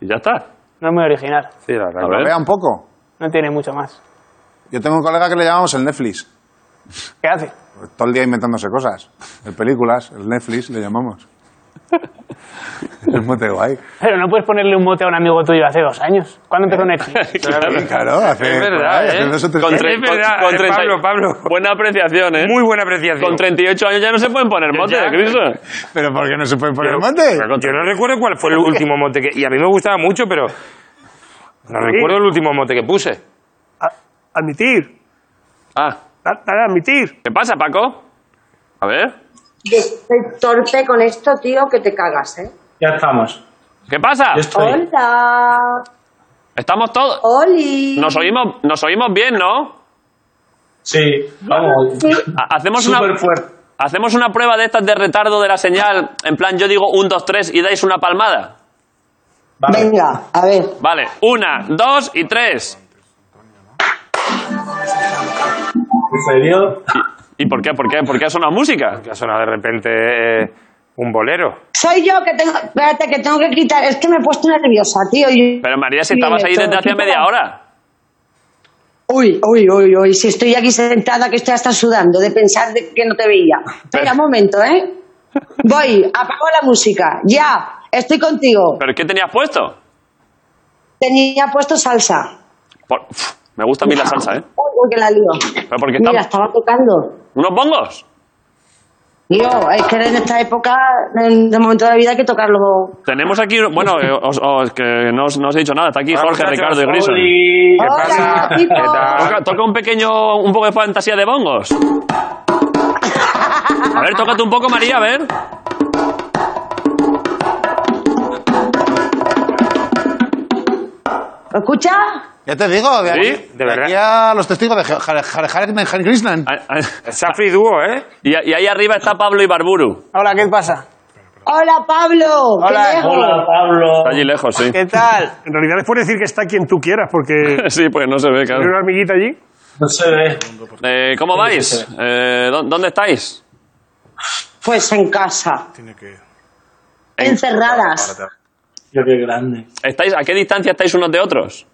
Y ya está.
No es muy original.
Sí, la verdad.
A
¿Lo
ver.
vea un poco?
No tiene mucho más.
Yo tengo un colega que le llamamos el Netflix. Pues
¿Qué hace?
Todo el día inventándose cosas. El películas, el Netflix, le llamamos. Es muy guay.
Pero no puedes ponerle un mote a un amigo tuyo hace dos años. ¿Cuándo empezó Netflix?
Sí, claro, hace,
Es verdad,
por ahí, hace
¿eh?
dos o tres
Con
años.
tre-
Es verdad, eh,
treinta y-
Pablo, Pablo.
Buena apreciación, ¿eh?
Muy buena apreciación.
Con 38 años ya no se pueden poner motes,
Ya.
Cristo.
Pero ¿por qué no se puede poner
Yo-
monte?
Pero con-
Yo no recuerdo cuál fue el último mote que... Y a mí me gustaba mucho, pero... No recuerdo el último mote que puse.
A- admitir.
Ah,
Dale, dale a admitir.
¿qué pasa, Paco? A ver.
Yo estoy torpe con esto, tío, que te cagas, ¿eh?
Ya estamos.
¿Qué pasa?
Yo estoy.
Hola,
Estamos todos.
Oli.
Nos oímos, nos oímos bien, ¿no?
Sí, vamos.
Sí.
Ha- Hacemos una,
Súper fuerte.
hacemos una prueba de estas de retardo de la señal. En plan, yo digo 1, 2, 3 y dais una palmada.
Vale.
Venga, a ver.
Vale, una, dos y tres.
¿En serio?
¿Y por qué? ¿Por qué? ¿Por qué ha sonado música?
Que ha sonado de repente eh, un bolero.
Soy yo que tengo. Espérate, que tengo que quitar. Es que me he puesto nerviosa, tío. y-
Pero María, si
Sí,
estabas ahí
esto,
desde hace
quita.
media hora.
Uy, uy, uy, uy. Si estoy aquí sentada, que estoy hasta sudando de pensar de que no te veía. Espera un momento, ¿eh? Voy, apago la música. Ya, estoy contigo.
¿Pero qué tenías puesto?
Tenía puesto salsa.
Por- Uf, me gusta a mí la salsa, ¿eh?
Uy, uy, que la lío.
Pero porque
Mira,
estamos-
estaba tocando.
¿Unos bongos?
Yo, es que en esta época, en el momento de la vida, hay que tocarlo.
Tenemos aquí, bueno, eh, os- os- que no os, no os he dicho nada, está aquí
Hola,
Jorge,
muchachos.
Ricardo y Grison.
Oli. Ah.
Hola,
pasa?
equipo.
¿Qué tal?
Toca, toca un pequeño, un poco de fantasía de bongos. A ver, tócate un poco, María, a ver.
¿Escucha?
Ya te digo, de,
Sí,
aquí,
de verdad.
aquí a los testigos de Hare- Hare Hare- Hare- Hare Krishnan.
A- a-
Safri Duo, ¿eh?
Y, y ahí arriba está Pablo Ibarburu.
Hola, ¿qué pasa?
Hola, Pablo.
Hola,
¿Qué lejos.
Hola, Pablo.
Está allí lejos, sí.
¿Qué tal?
En realidad es por decir que está quien tú quieras, porque
Sí, pues no se ve,
hay
claro.
una amiguita allí.
No se ve.
Eh, ¿Cómo vais? Eh, ¿dó- ¿Dónde estáis?
Pues en casa. Encerradas.
Yo qué grande.
¿Estáis ¿A qué distancia estáis unos de otros?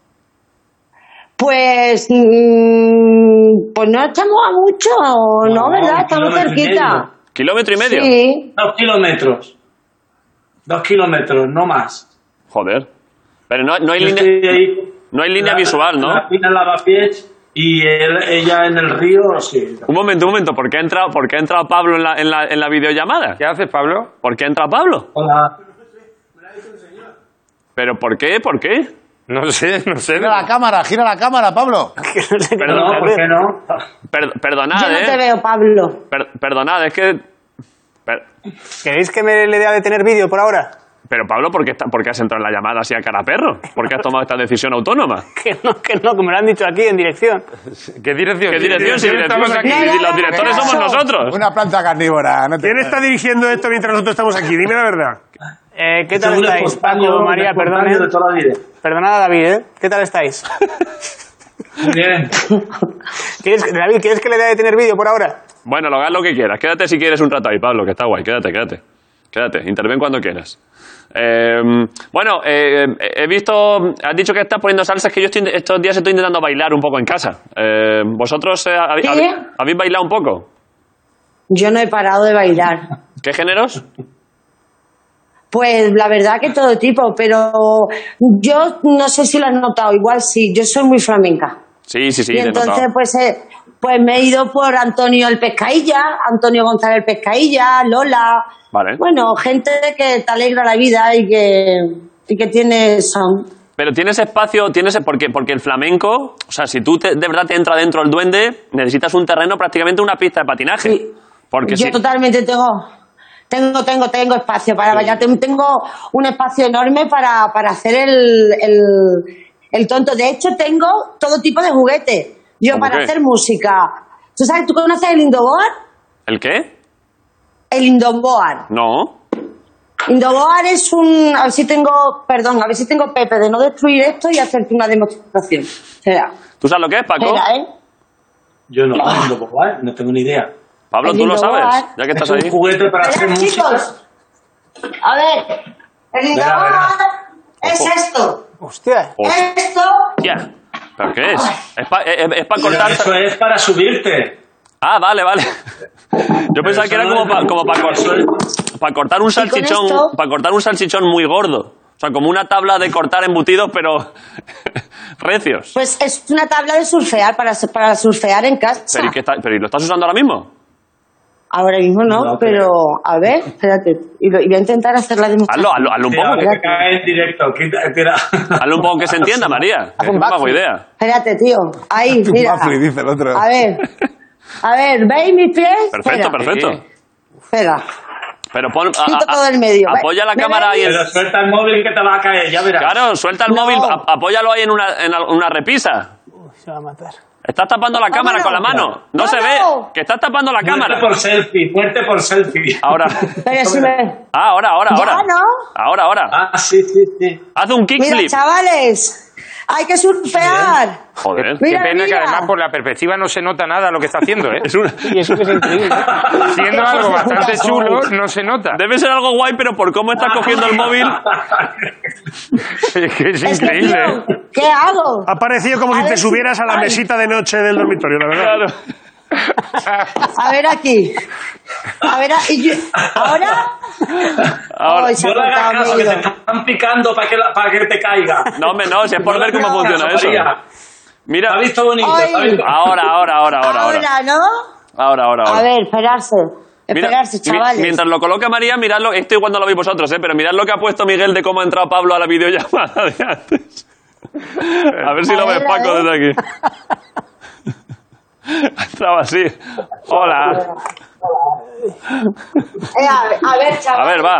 Pues. mm, pues no estamos a mucho, ¿no?
No,
¿Verdad?
un
Estamos
kilómetro y
cerquita.
¿Kilómetro y medio?
Sí.
Dos kilómetros. Dos kilómetros, no más.
Joder. Pero no, no hay
Yo
línea...
estoy ahí.
no hay línea visual, ¿no?
La pina lavapiés y él- ella en el río, sí.
Un momento, un momento. ¿Por qué ha entrado, por qué ha entrado Pablo en la, en, la, en la videollamada?
¿Qué haces, Pablo?
¿Por qué ha entrado Pablo?
Hola.
¿Pero por qué? ¿Por qué?
No sé, no sé.
Gira la cámara, gira la cámara, Pablo.
No,
Perdón,
¿por qué no?
per- perdonad,
Yo no te
¿eh?
veo, Pablo.
Per- perdonad, es que... per-
¿Queréis que me le dé a detener vídeo por ahora?
pero Pablo, ¿por qué, está- ¿por qué has entrado en la llamada así a cara a perro? ¿Por qué has tomado esta decisión autónoma?
Que no, que no, que me lo han dicho aquí en dirección.
¿Qué dirección?
¿Qué dirección? Si
estamos
dirección-
aquí?
No, no,
si los
no,
directores
no,
somos
no.
nosotros.
Una planta carnívora. No te
¿Quién está dirigiendo esto mientras nosotros estamos aquí? Dime la verdad.
Eh, ¿Qué tal
Según el
estáis?
espontáneo,
Paco,
el
María,
espontáneo
perdón.
de
eh.
toda la vida.
Perdonad a David, ¿eh? ¿Qué tal estáis?
Muy bien.
¿Quieres, David, ¿quieres que le dé a detener vídeo por ahora?
Bueno, lo hagas lo que quieras. Quédate si quieres un rato ahí, Pablo, que está guay. Quédate, quédate. Quédate, interven cuando quieras. Eh, bueno, eh, he visto. Has dicho que estás poniendo salsas que yo estoy- estos días estoy intentando bailar un poco en casa. Eh, ¿Vosotros eh, hab-
¿Sí?
hab- habéis bailado un poco?
Yo no he parado de bailar.
¿Qué géneros?
Pues la verdad que todo tipo, pero yo no sé si lo has notado, igual sí, yo soy muy flamenca.
Sí, sí, sí.
y
te he
entonces,
notado.
pues, eh, pues me he ido por Antonio el Pescailla, Antonio González el Pescailla, Lola.
Vale.
Bueno, gente que te alegra la vida y que, y que tiene son.
Pero tienes espacio, tienes porque porque el flamenco, o sea, si tú te- de verdad te entra dentro el duende, necesitas un terreno prácticamente una pista de patinaje.
Sí.
Porque
Yo
si-
totalmente tengo, tengo, tengo, tengo espacio para bailar. Ten- Tengo un espacio enorme para, para hacer el, el- el tonto. De hecho, tengo todo tipo de juguetes. Yo
¿Cómo
para
qué?
hacer música. ¿Tú sabes, tú conoces el Indoboard?
¿El qué?
El Indoboard.
No.
Indoboard es un... A ver si tengo... Perdón, a ver si tengo Pepe de no destruir esto y hacerte una demostración. Espera,
¿Tú sabes lo que es, Paco?
espera, ¿eh?
Yo no, no, puedo jugar, no tengo ni idea.
Pablo,
el
tú lo
Indoboard.
sabes, ya que
Es
estás
un
ahí.
juguete para hacer
Verán,
música.
chicos. A ver, el
Verá,
Indoboard
verá.
es
Ojo.
esto.
Hostia.
Esto
Hostia. ¿Pero qué es? eh, Es para
Pero
cortar.
Eso es para subirte.
Ah, vale, vale. Yo pensaba
eso
que era
no
como
es-
para como pa cor-
eso
pa cortar un
con
salchichón,
esto-
para cortar un salchichón muy gordo. O sea, como una tabla de cortar embutidos, pero recios.
Pues es una tabla de surfear para, su- para surfear en casa.
Pero ¿y, qué está- pero ¿y lo estás usando ahora mismo?
Ahora mismo no,
No,
pero a ver, espérate. Y, lo- y voy a intentar hacer la demostración.
Hazlo, hazlo, hazlo un
Tira,
poco.
que te cae en directo. Quita, tira.
Hazlo un poco que se entienda, María. que
un
no me hago
backflip.
idea.
Espérate, tío. Ahí,
Un
mira.
backflip, dice el otro.
A ver. A ver, ¿veis mis pies?
Perfecto,
Espera,
perfecto.
Espera.
Pero pon. a-
Quito
a-
todo el medio, ¿vale?
Apoya la
¿Me
cámara ahí
veis?
en.
Pero suelta el móvil que te va a caer, Eh, ya verás.
Claro, suelta el
No.
móvil, a- apóyalo ahí en una, en al- una repisa.
Uy, se va a matar.
Estás tapando la cámara con la mano. No se ve.
Vámonos.
Que estás tapando la
Fuerte
cámara.
por selfie, fuerte por selfie.
Ahora.
Pero si me...
Ah, ahora, ahora,
Ya,
ahora.
¿no?
Ahora, ahora.
Ah, sí, sí, sí.
Haz un
Mira,
kickflip.
chavales. Hay que surfear.
Joder.
Qué
Mira,
pena que
mira.
además por la perspectiva no se nota nada lo que está haciendo, ¿eh?
Es una-
Y eso que es increíble.
Siendo algo bastante chulo, no se nota.
Debe ser algo guay, pero por cómo
Ah.
estás cogiendo el móvil.
Es que es
Es que,
increíble, ¿eh?
tío, ¿qué hago?
Ha parecido como
A
si
ver
te
si-
subieras a la
ay.
mesita de noche del dormitorio, la verdad.
Claro.
A ver aquí. A ver, a- y yo- ahora.
Ahora.
Ay, se ha
No le hagas
cortado
caso,
el
que te
hilo.
están picando para que, la- para que te caiga.
No, hombre, no, si es por
No le
ver cómo
hagas
funciona
caso,
eso.
María.
Mira.
Te ha visto bonito,
Ay.
te ha visto-
Ahora, ahora, ahora, ahora, ahora.
Ahora, ¿no?
Ahora, ahora,
A
ahora.
ver, esperarse.
Mira,
Esperarse,
mi-
chavales.
mientras lo coloca María, mirad lo, esto igual no lo veis vosotros, ¿eh? pero mirad lo que ha puesto Miguel de cómo ha entrado Pablo a la videollamada de antes. A ver si
A
lo
ver,
ves,
a
Paco,
ver.
desde aquí. Ha entrado así. Hola.
Eh, a, ver, a ver,
A
chavales.
ver, va.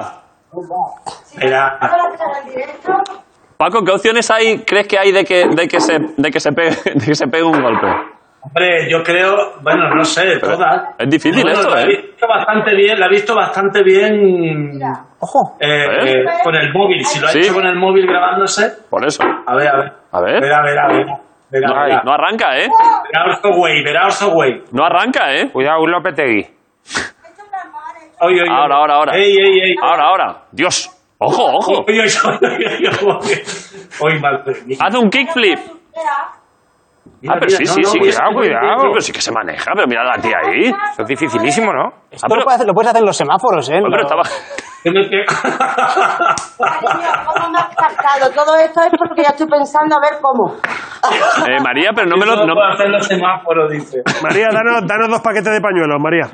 Espera.
¿Vamos a hacer el directo?
Paco, ¿qué opciones hay, crees que hay de que, de que, se, de que, se, pegue, de que se pegue un golpe?
Hombre, yo creo, bueno, no sé, todas.
es difícil
Bueno,
esto,
la
¿eh?
he visto bastante bien, la he visto bastante bien
Ojo.
eh,
ver.
con el móvil. Si lo ha
Sí.
hecho con el móvil grabándose,
Por eso.
a ver, a ver.
A ver.
Verá, verá, verá. Verá,
No,
verá.
no arranca, ¿eh?
Verá Orzoway, verá Orzoway.
No arranca, ¿eh?
Cuidado, un Lopetegui.
Oy, oy, oy.
Ahora, ahora, ahora.
Ey, ey, ey.
Ahora, ahora. Dios. Ojo, ojo.
Oy, oy, oy, oy, oy. Oy, madre mía.
Haz un kickflip.
Mira,
Ah, pero
mira,
sí,
no,
sí,
no,
sí. que-
cuidado, cuidado.
Pero sí que se maneja, pero mira la tía ahí. Ah,
Eso es dificilísimo, ¿no? Ah,
Esto
pero,
lo, puedes hacer, lo puedes hacer en los semáforos, ¿eh?
ah, pero
Lo-
estaba...
Que me pe-
Cariño, ¿cómo me has captado? Todo esto es porque ya estoy pensando a ver cómo.
Eh, María, pero no me
Eso
lo...
no
no-
puedo hacer los semáforos, dice.
María, danos, danos dos paquetes de pañuelos, María.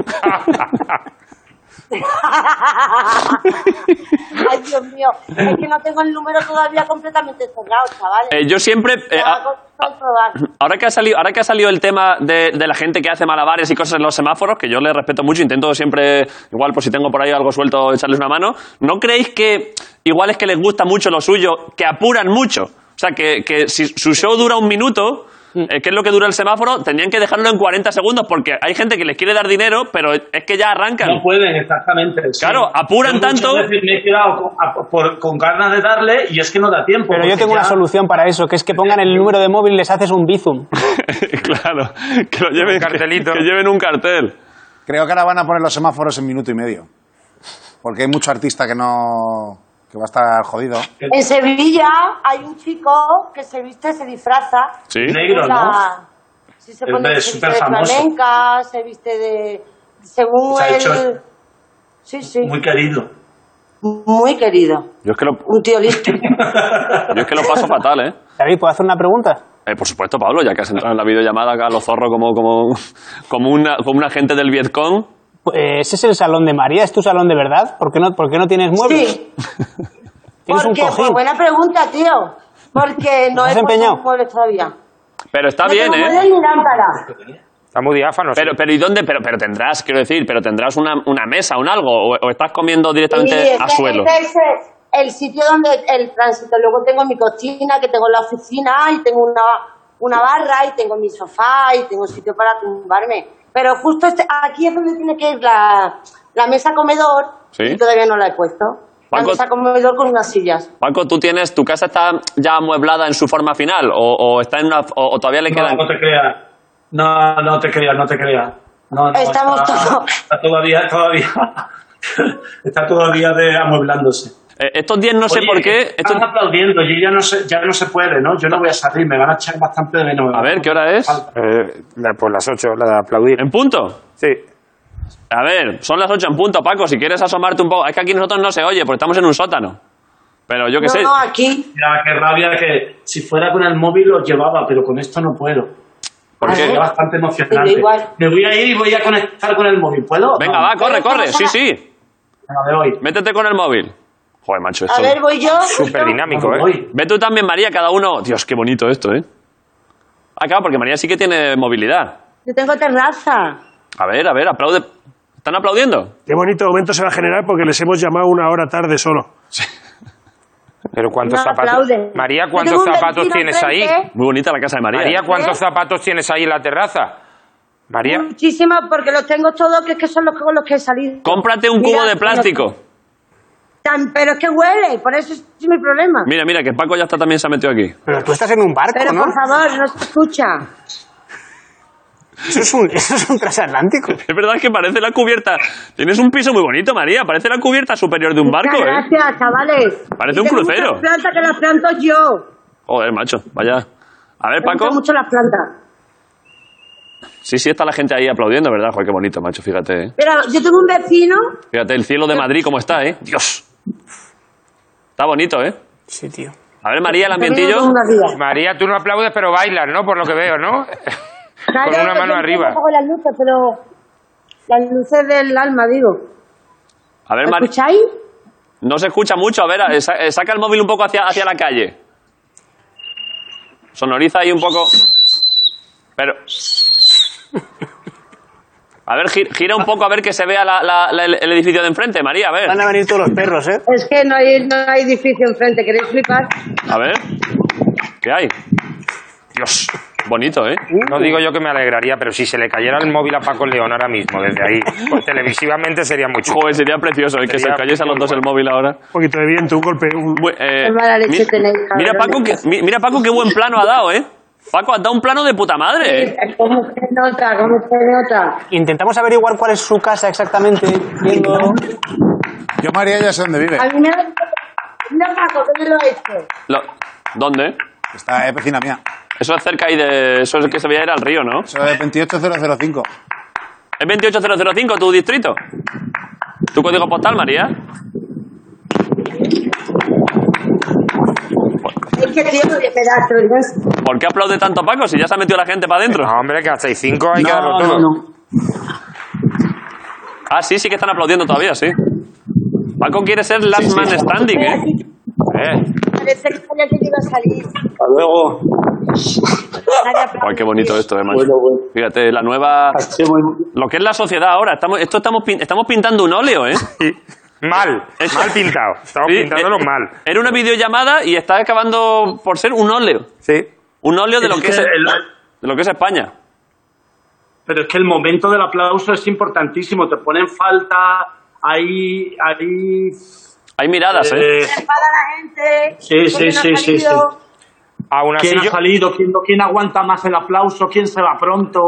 Ay, Dios mío. Es que no tengo el número todavía completamente cerrado, chavales.
Eh, yo siempre... eh,
Lo
a-
hago por probar.
ahora, que ha salido, ahora que ha salido el tema de, de la gente que hace malabares y cosas en los semáforos, que yo le respeto mucho, intento siempre, igual por si tengo por ahí algo suelto, echarles una mano, ¿no creéis que igual es que les gusta mucho lo suyo, que apuran mucho? O sea, que, que si su show dura un minuto...
Mm.
eh, que es lo que dura el semáforo? Tendrían que dejarlo en 40 segundos porque hay gente que les quiere dar dinero, pero es que ya arrancan.
No pueden, exactamente. sí.
Claro, apuran
Yo muchas
tanto.
veces me he quedado con, a- por- con ganas de darle y es que no da tiempo.
Pero yo
porque
tengo una
ya-
solución para eso, que es que pongan el número de móvil y les haces un bizum.
claro, que lo lleven,
Un cartelito.
Que, lleven un cartel.
Creo que ahora van a poner los semáforos en minuto y medio. Porque hay mucho artista que no. que va a estar jodido.
En Sevilla hay un chico que se viste, se disfraza.
Sí.
Negro, ¿no?
Usa- Sí, se
Es
pone
de-
se viste de
superfamoso.
flamenca, se viste de... Según
Se ha hecho-
el... Sí, sí.
Muy querido.
Muy querido.
Yo es que lo,
Un tío listo.
yo es que lo paso fatal, ¿eh?
David, ¿puedo hacer una pregunta?
Eh, por supuesto, Pablo, ya que has entrado en la videollamada acá, los zorros como, como, como, una, como un agente del Vietcong.
Eh, Ese es el salón de María, es tu salón de verdad. ¿Por qué no, por qué no tienes muebles?
Sí.
Tienes un
Porque,
cojín.
pues, buena pregunta, tío. Porque no
¿Has
he
empeñado?
puesto muebles todavía.
Pero está
no
bien,
tengo
¿eh?
muebles ni lámpara.
Está muy diáfano. sí.
Pero, pero ¿y dónde? Pero, pero tendrás, quiero decir, pero tendrás una, una mesa, un algo, o, o estás comiendo
Y
directamente
este-
a suelo.
este es el, el sitio donde el tránsito. Luego tengo mi cocina, que tengo la oficina, y tengo una, una barra, y tengo mi sofá, y tengo sitio para tumbarme. Pero justo este- aquí es donde tiene que ir la, la mesa comedor,
Sí.
y todavía no la he puesto. La
Paco-
mesa comedor con unas sillas.
Paco, tú tienes, tu casa está ya amueblada en su forma final, o, o está en una, o, o todavía le
No,
quedan.
no te creas. No, no te creas, no te creas. No, no,
Estamos
está,
todos-
está todavía, todavía. está todavía de amueblándose.
Eh, estos 10 no sé
Oye, eh, ah,
por qué.
Están
estos-
aplaudiendo, yo ya no sé, ya no se puede, ¿no? Yo no voy a salir, me van a echar bastante de menos.
A ver, ¿qué hora es?
Eh, la- pues las 8, la de aplaudir.
¿En punto?
Sí.
A ver, son las 8 en punto, Paco. Si quieres asomarte un poco. Es que aquí nosotros no se oye, porque estamos en un sótano. Pero yo qué
No,
sé.
no, aquí.
Mira, qué rabia que si fuera con el móvil lo llevaba, pero con esto no puedo.
¿Por qué?
Porque es bastante emocionante.
Yo igual.
Me voy a ir y voy a conectar con el móvil, ¿puedo?
Venga,
No.
va, corre, corre. Sí, sí.
Venga, me voy.
Métete con el móvil. Joder, macho,
A
esto.
ver, voy yo.
Súper dinámico,
Me
¿eh?
voy.
Ve tú también, María, cada uno. Dios, qué bonito esto, ¿eh? Ah, claro, porque María sí que tiene movilidad.
Yo tengo terraza.
A ver, a ver, aplaude. ¿Están aplaudiendo?
Qué bonito momento se va a generar porque les hemos llamado una hora tarde solo.
Pero ¿cuántos
No,
zapatos?
aplauden.
María,
Yo
¿cuántos
tengo un
zapatos
vecino
tienes ahí?
enfrente,
Muy bonita la casa de María.
María, ¿cuántos
¿Eh?
zapatos tienes ahí en la terraza? María,
Muchísimas, porque los tengo todos, que es que son los con los que he salido.
cómprate un
Mira,
cubo de plástico.
Tan- pero es que huele, por eso es mi problema.
Mira, mira, que Paco ya está también se ha metido aquí.
Pero tú estás en un barco,
Pero
¿no?
por favor, no se escucha.
Eso es un, eso es un transatlántico.
Es verdad que parece la cubierta. Tienes un piso muy bonito, María. Parece la cubierta superior de un barco,
Muchas
¿eh?
gracias, chavales.
Parece
Y
un
tengo
crucero.
muchas plantas que las planto yo.
Joder, macho, vaya. A ver,
Me gustan
Paco.
mucho las plantas.
Sí, sí, está la gente ahí aplaudiendo, ¿verdad? Joder, qué bonito, macho, fíjate, ¿eh?
Pero yo tengo un vecino.
Fíjate el cielo de Madrid cómo está, ¿eh? Dios. Está bonito, ¿eh?
Sí, tío.
A ver, María, el
que vive
ambientillo.
con unas vías.
María, tú no aplaudes, pero bailas, ¿no? Por lo que veo, ¿no?
Claro,
Con una
yo
mano
siempre
arriba.
apago las luces, pero las luces del alma, digo.
A ver,
¿Me
María.
escucháis?
No se escucha mucho. A ver, eh, sa- eh, saca el móvil un poco hacia, hacia la calle. Sonoriza ahí un poco. Pero. A ver, gi- gira un poco a ver que se vea la- la- la- el el edificio de enfrente, María. A ver.
Van a venir todos los perros, ¿eh?
Es que no hay, no hay edificio enfrente, ¿queréis flipar?
A ver. ¿Qué hay? Dios. Bonito, ¿eh?
No digo yo que me alegraría, pero si se le cayera el móvil a Paco León ahora mismo, desde ahí, pues televisivamente sería muy chulo.
Joder, sería precioso. ¿eh? Que se
Sería
os cayese a los dos el móvil ahora.
Un poquito de viento, un golpe. un-
Bu- eh,
Qué mala leche
mira,
tenéis,
mira,
cabrones.
Paco, que, mi- mira, Paco, qué buen plano ha dado, ¿eh? Paco, has dado un plano de puta madre, ¿eh?
¿Cómo se nota? ¿Cómo se nota?
Intentamos averiguar cuál es su casa exactamente. Viendo...
Yo, María, ya sé dónde vive.
A mí me da... No, Paco, ¿qué me lo he hecho?
Lo- ¿Dónde?
Está, es vecina mía.
Eso es cerca ahí de. Eso es que se veía era al río, ¿no?
Eso es 28005.
Es 28005 tu distrito. Tu código postal, María.
Es que tío, me da truenas.
¿Por qué aplaude tanto Paco si ya se ha metido la gente para adentro?
No, hombre, que hasta y cinco hay que darlo
No,
todo.
no, no.
Ah, sí, sí que están aplaudiendo todavía, sí. Paco quiere ser last man standing, ¿eh? ¿eh?
Parece que sabía que yo iba a salir.
Hasta luego.
Nadie aplaude.
Joder, qué bonito esto, eh, macho. Fíjate, la nueva. Lo que es la sociedad ahora. Estamos, esto estamos, pin- estamos pintando un óleo, ¿eh?
Mal,
Es-
mal pintado. Estamos
Sí,
pintándolo
eh,
mal.
Era una videollamada y está acabando por ser un óleo.
Sí.
Un óleo de lo
Es
que es,
que el-
de lo que es España.
Pero es que el momento del aplauso es importantísimo. Te ponen falta, hay. hay
Hay miradas, ¿eh?
eh,
Se enfada la gente.
Sí,
porque
sí,
no ha
sí, sí,
salido.
Aún así,
¿Quién ha
yo,
salido? ¿Quién, no- quién aguanta más el aplauso? ¿Quién se va pronto?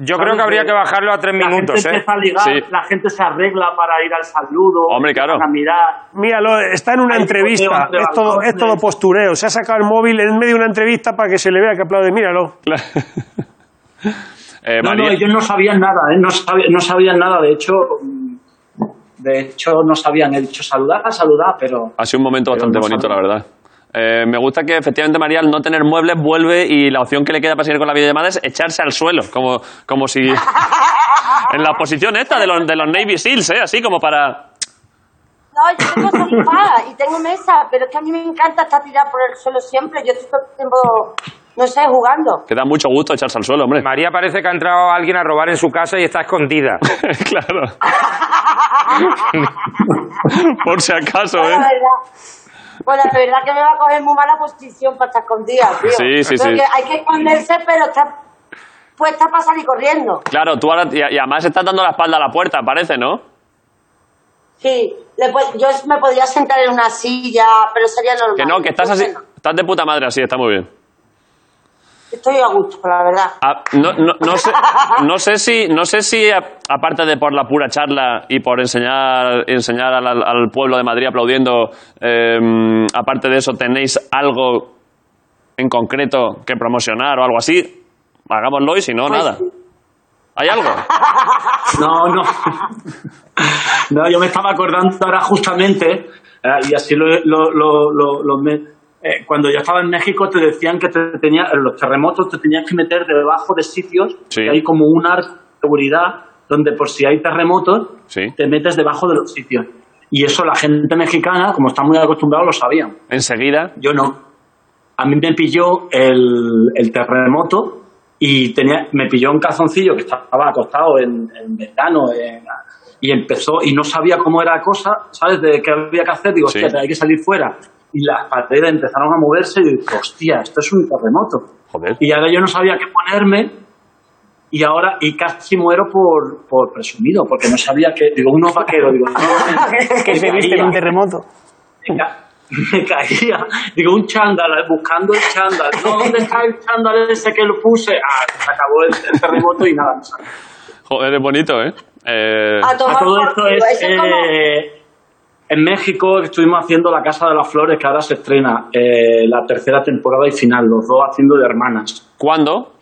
yo creo que habría que bajarlo a tres
La
minutos,
gente
¿eh?
empieza a ligar,
Sí.
la gente se arregla para ir al saludo,
Hombre, claro.
a mirar.
Míralo, está en una
Hay joteo
entrevista.
entre
Es todo, es
balcones.
todo postureo. Se ha sacado el móvil en medio de una entrevista para que se le vea que aplaude. Míralo.
Claro. Eh,
No, no,
María-
ellos no sabían nada, ¿eh? no, sabían, no sabían nada. De hecho, mm, de hecho no sabían. He dicho saludar, saludar, pero
Ha sido un momento bastante
no
bonito, la
sabe.
verdad. Eh, me gusta que efectivamente María al no tener muebles vuelve y la opción que le queda para seguir con la videollamada es echarse al suelo, como, como si... En la posición esta de los, de los Navy Seals, ¿eh? Así como para...
No, yo tengo sofá y tengo mesa, pero es que a mí me encanta estar tirada por el suelo siempre. Yo estoy todo el tiempo, no sé, jugando.
Que da mucho gusto echarse al suelo, hombre.
María parece que ha entrado alguien a robar en su casa y está escondida.
claro. Por si acaso,
Pues
¿eh?
la verdad, pues la verdad que me va a coger muy mala posición para estar escondida, tío.
Sí, sí,
Entonces,
sí.
que Hay que esconderse, pero está puesta para salir corriendo.
Claro, tú ahora... Y, y además estás dando la espalda a la puerta, parece, ¿no?
Sí, le pu- yo me podría sentar en una silla, pero sería normal.
Que no, que estás así... Estás de puta madre así, está muy bien.
Estoy a gusto, la verdad.
Ah, no, no, no sé, no sé si, no sé si a- aparte de por la pura charla y por enseñar, enseñar al, al- al pueblo de Madrid aplaudiendo, eh, aparte de eso, tenéis algo en concreto que promocionar o algo así. Hagámoslo y si no, nada. ¿Hay algo?
No, no. No, yo me estaba acordando ahora justamente, eh, y así lo, lo- lo- lo- lo me- eh, cuando yo estaba en México te decían que te tenía, en los terremotos te tenían que meter debajo de sitios
Sí.
que hay como un arco de seguridad donde por si hay terremotos
Sí.
te metes debajo de los sitios. Y eso la gente mexicana, como está muy acostumbrada, lo sabían.
Enseguida.
Yo no. A mí me pilló el, el terremoto y tenía, me pilló un calzoncillo que estaba acostado en, en verano en- y empezó y no sabía cómo era la cosa, ¿sabes? De qué había que hacer. Digo,
Sí.
hostia, hay que salir fuera. Y las paredes empezaron a moverse y digo, hostia, esto es un terremoto.
Joder.
Y ahora yo no sabía qué ponerme y ahora y casi muero por, por presumido, porque no sabía que, digo, unos vaqueros, digo, no,
Que se viste en un terremoto.
me, ca- me caía. Digo, un chándal, buscando el chándal. No, ¿dónde está el chándal ese que lo puse? Ah, se acabó el, el terremoto y nada. no salió.
Joder, es bonito, ¿eh? Eh,
A tomar
A todo
por
esto
culo,
es...
eso es como-
eh, en México estuvimos haciendo La Casa de las Flores, que ahora se estrena eh, la tercera temporada y final, los dos haciendo de hermanas.
¿Cuándo?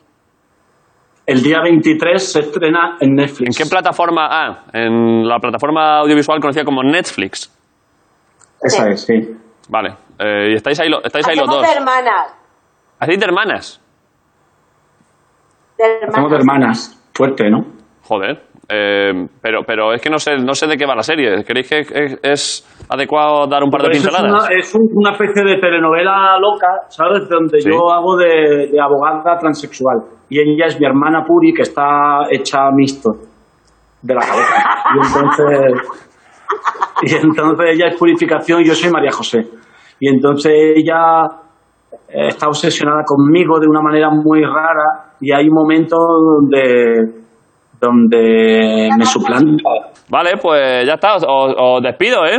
El día 23 se estrena en
¿En
Netflix.
qué plataforma? Ah, en la plataforma audiovisual conocida como Netflix.
Esa es, sí.
Vale. Eh, y estáis ahí, lo- estáis ahí los
Hacemos
dos.
de hermanas.
¿Hacéis de hermanas?
De hermanas.
Hacemos de hermanas. Fuerte, ¿no?
Joder. Eh, pero, pero es que no sé, no sé de qué va la serie. ¿Creéis que es, es adecuado dar un par de
Pues eso
pinceladas?
Es, una, es un- una especie de telenovela loca, ¿sabes? Donde
Sí.
yo hago de, de abogada transexual. Y ella es mi hermana Puri, que está hecha mixto de la cabeza. Y entonces, y entonces ella es purificación y yo soy María José. Y entonces ella eh, está obsesionada conmigo de una manera muy rara y hay momentos donde, donde me suplanta.
Vale, pues ya está. Os, os- os despido, ¿eh?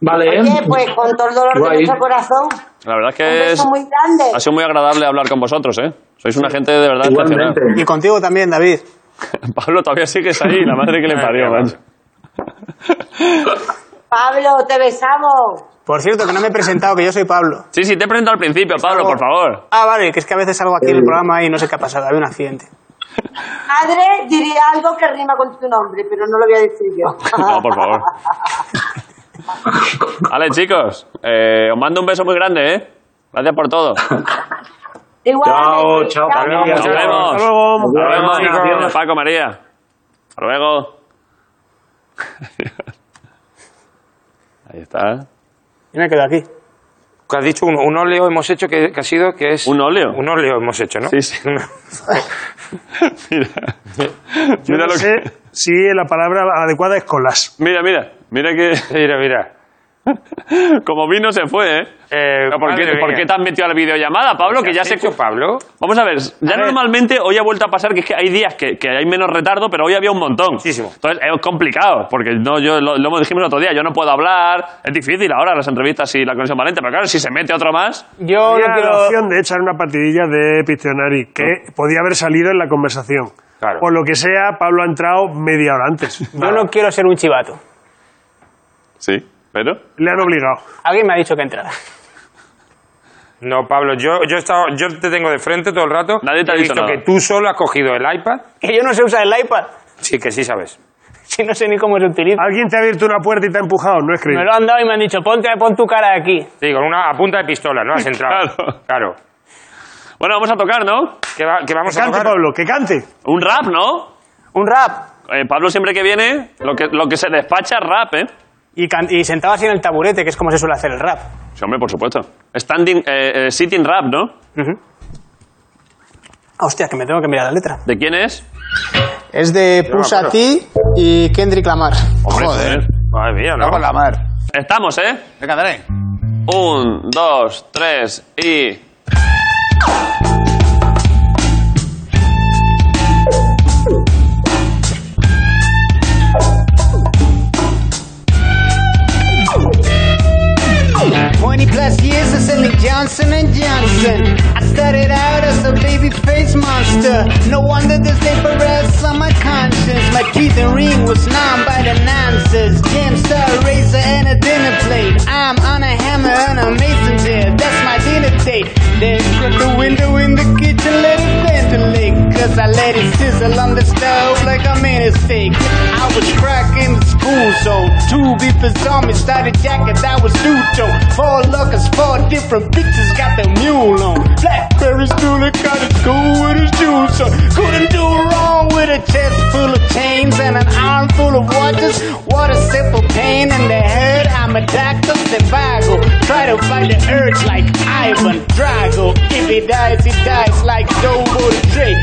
Vale,
Oye, pues con todo el dolor
Guay.
de nuestro corazón,
La verdad es
un
que
beso
es-
muy grande.
ha sido muy agradable hablar con vosotros, ¿eh? Sois una gente de verdad
igualmente.
excepcional.
Y contigo también, David.
Pablo, todavía sigues ahí. La madre que le parió, macho.
Pablo, te besamos.
Por cierto, que no me he presentado, que yo soy Pablo.
Sí, sí, te he presentado al principio, Pablo, por favor.
Ah, vale, que es que a veces salgo aquí en el programa y no sé qué ha pasado, había un accidente.
Madre, diría algo que rima con tu nombre, pero no lo voy a decir yo.
No, por favor. Vale, chicos. eh, os mando un beso muy grande, ¿eh? Gracias por todo.
Igualmente,
Chao, chao,
chao.
Pablo.
Nos vemos.
Hasta luego.
Nos vemos,
Adiós.
chicos. Paco, María. Hasta luego. Ahí está. ¿eh?
Yo me quedo aquí.
Que has dicho un, un óleo hemos hecho que, que ha sido que es
¿Un óleo?
un óleo hemos hecho, ¿no?
Sí, sí. mira.
Yo no
Mira lo
sé
que.
si la palabra adecuada es colas.
Mira, mira. Mira que.
Mira, mira.
Como vino se fue, ¿eh?
Eh,
Pero ¿Por qué,
madre
¿Por
mía.
qué te has metido a la videollamada, Pablo? Que
¿Qué
ya
has
se.
hecho, Pablo?
Vamos a ver, ya
A ver.
normalmente hoy ha vuelto a pasar que, es que hay días que, que hay menos retardo, pero hoy había un montón.
Muchísimo.
Entonces es complicado, porque no, yo lo, lo dijimos el otro día, yo no puedo hablar, es difícil ahora las entrevistas y la conexión valente, pero claro, si se mete otro más,
Yo
Había
no
la
quiero...
opción de echar una partidilla de Pictionary que podía haber salido en la conversación.
Claro.
Por lo que sea, Pablo ha entrado media hora antes.
Yo no quiero ser un chivato.
sí, pero...
Le han obligado.
Alguien me ha dicho que entrara.
No, Pablo, yo, yo, he estado, yo te tengo de frente todo el rato.
Nadie te
He
ha dicho nada.
visto que tú solo has cogido el iPad.
Que yo no sé usar el iPad.
Sí, que sí sabes.
si no sé ni cómo se utiliza.
Alguien te ha abierto una puerta y te ha empujado, no es creíble.
Me lo han dado y me han dicho, ponte, pon tu cara aquí.
Sí, con una a punta de pistola, ¿no? Has entrado.
Claro.
Claro.
Bueno, vamos a tocar, ¿no?
¿Qué, va- qué vamos
Que
a
cante,
tocar?
Pablo, que cante.
Un rap, ¿no?
Un rap.
Eh, Pablo siempre que viene, lo que, lo que se despacha es rap, ¿eh?
Y, can- y sentado así en el taburete, que es como se suele hacer el rap.
Sí, hombre, por supuesto. Standing, eh, eh, sitting rap, ¿no?
Ujú. Ah, Hostia, que me tengo que mirar la letra.
¿De quién es?
Es de Pusha T y Kendrick Lamar.
Hombre, joder. Madre mía, ¿no?
Cago en la mar.
Estamos, ¿eh?
Venga, dale.
Un, dos, tres y...
plus years of selling Johnson and Johnson. I started out as a baby face monster. No wonder there's paper rest on my conscience. My teeth and ring was numb by the nonsense. Gem star razor and a dinner plate. I'm on a hammer and a mason jar. That's my dinner date. Then scrape the window in the kitchen, let it ventilate. Cause I let it sizzle on the stove like I made a steak. I was cracking the school, so two beefers on me started jacket that was due to. Four lockers, four different bitches got the mule on. Blackberry student got to school with his shoes on. Couldn't do wrong with a chest full of chains and an arm full of watches. What a simple pain in the head. I'm a doctor, Sevago. Try to fight the urge like Ivan Drago. If he dies, he dies like Dovo Drake.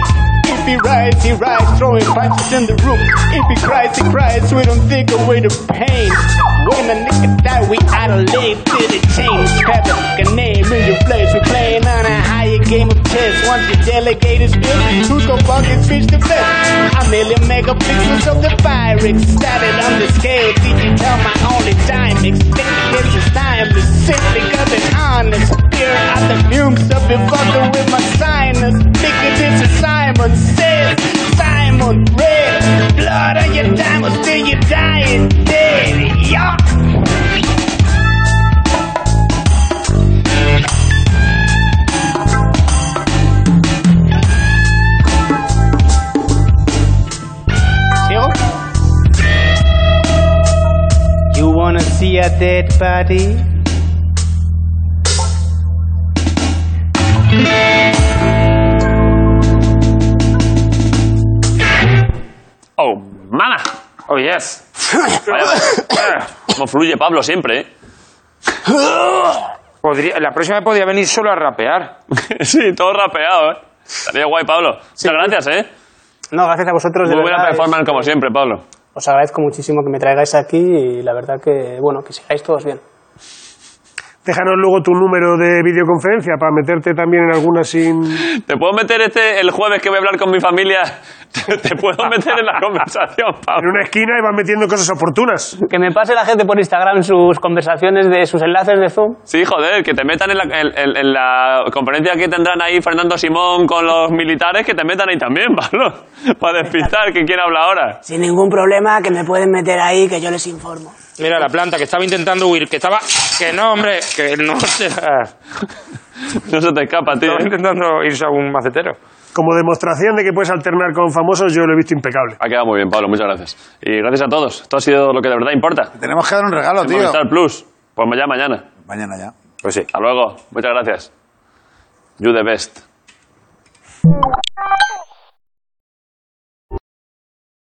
If he rides, he rides, throwing punches in the room. If he cries, he cries, we don't take away the pain. When a nigga die, we idolate till it change. Have a name in your place, we playing on a higher game of chess. Once you delegate his bill, who's gonna fuck his bitch the best? A million megapixels of the pirates started on the scale. Digital, my only dime. Extinct, this is timeless, simply cause it's honest. Fear out the fumes of it, fucking with my sinus. Thinking this is Simon says, Simon red. Blood on your dime, or still you dying dead. Yuck. ¿Sigo? You wanna see a dead body?
¡Oh, mana!
Oh, yes.
Vaya, vaya. Como fluye Pablo siempre, ¿eh?
Podría- la próxima podría venir solo a rapear.
sí, todo rapeado, ¿eh? Estaría guay, Pablo. Muchas gracias, ¿eh?
No, gracias a vosotros. de
Muy buena
verdad,
performance como siempre, Pablo.
es- Os agradezco muchísimo que me traigáis aquí y la verdad que, bueno, que sigáis todos bien.
Déjanos luego tu número de videoconferencia para meterte también en alguna sin...
¿Te puedo meter este el jueves que voy a hablar con mi familia? ¿Te, te puedo meter en la conversación,
En
Pablo?
una esquina y vas metiendo cosas oportunas.
Que me pase la gente por Instagram sus conversaciones de sus enlaces de Zoom.
Sí, joder, que te metan en la, en- en- en la conferencia que tendrán ahí Fernando Simón con los militares, que te metan ahí también, Pablo. Para despistar que quién habla ahora.
Sin ningún problema, que me pueden meter ahí, que yo les informo.
Mira, la planta que estaba intentando huir, que estaba... Que no, hombre, que no se... Estaba
No se te escapa, tío.
intentando irse a un macetero.
Como demostración de que puedes alternar con famosos, yo lo he visto impecable.
Ha quedado muy bien, Pablo, muchas gracias. Y gracias a todos. Esto ha sido lo que de verdad importa.
Tenemos que dar un regalo, tío.
Movistar Plus. Pues ya mañana.
Mañana ya.
Hasta luego. Muchas gracias. You the best.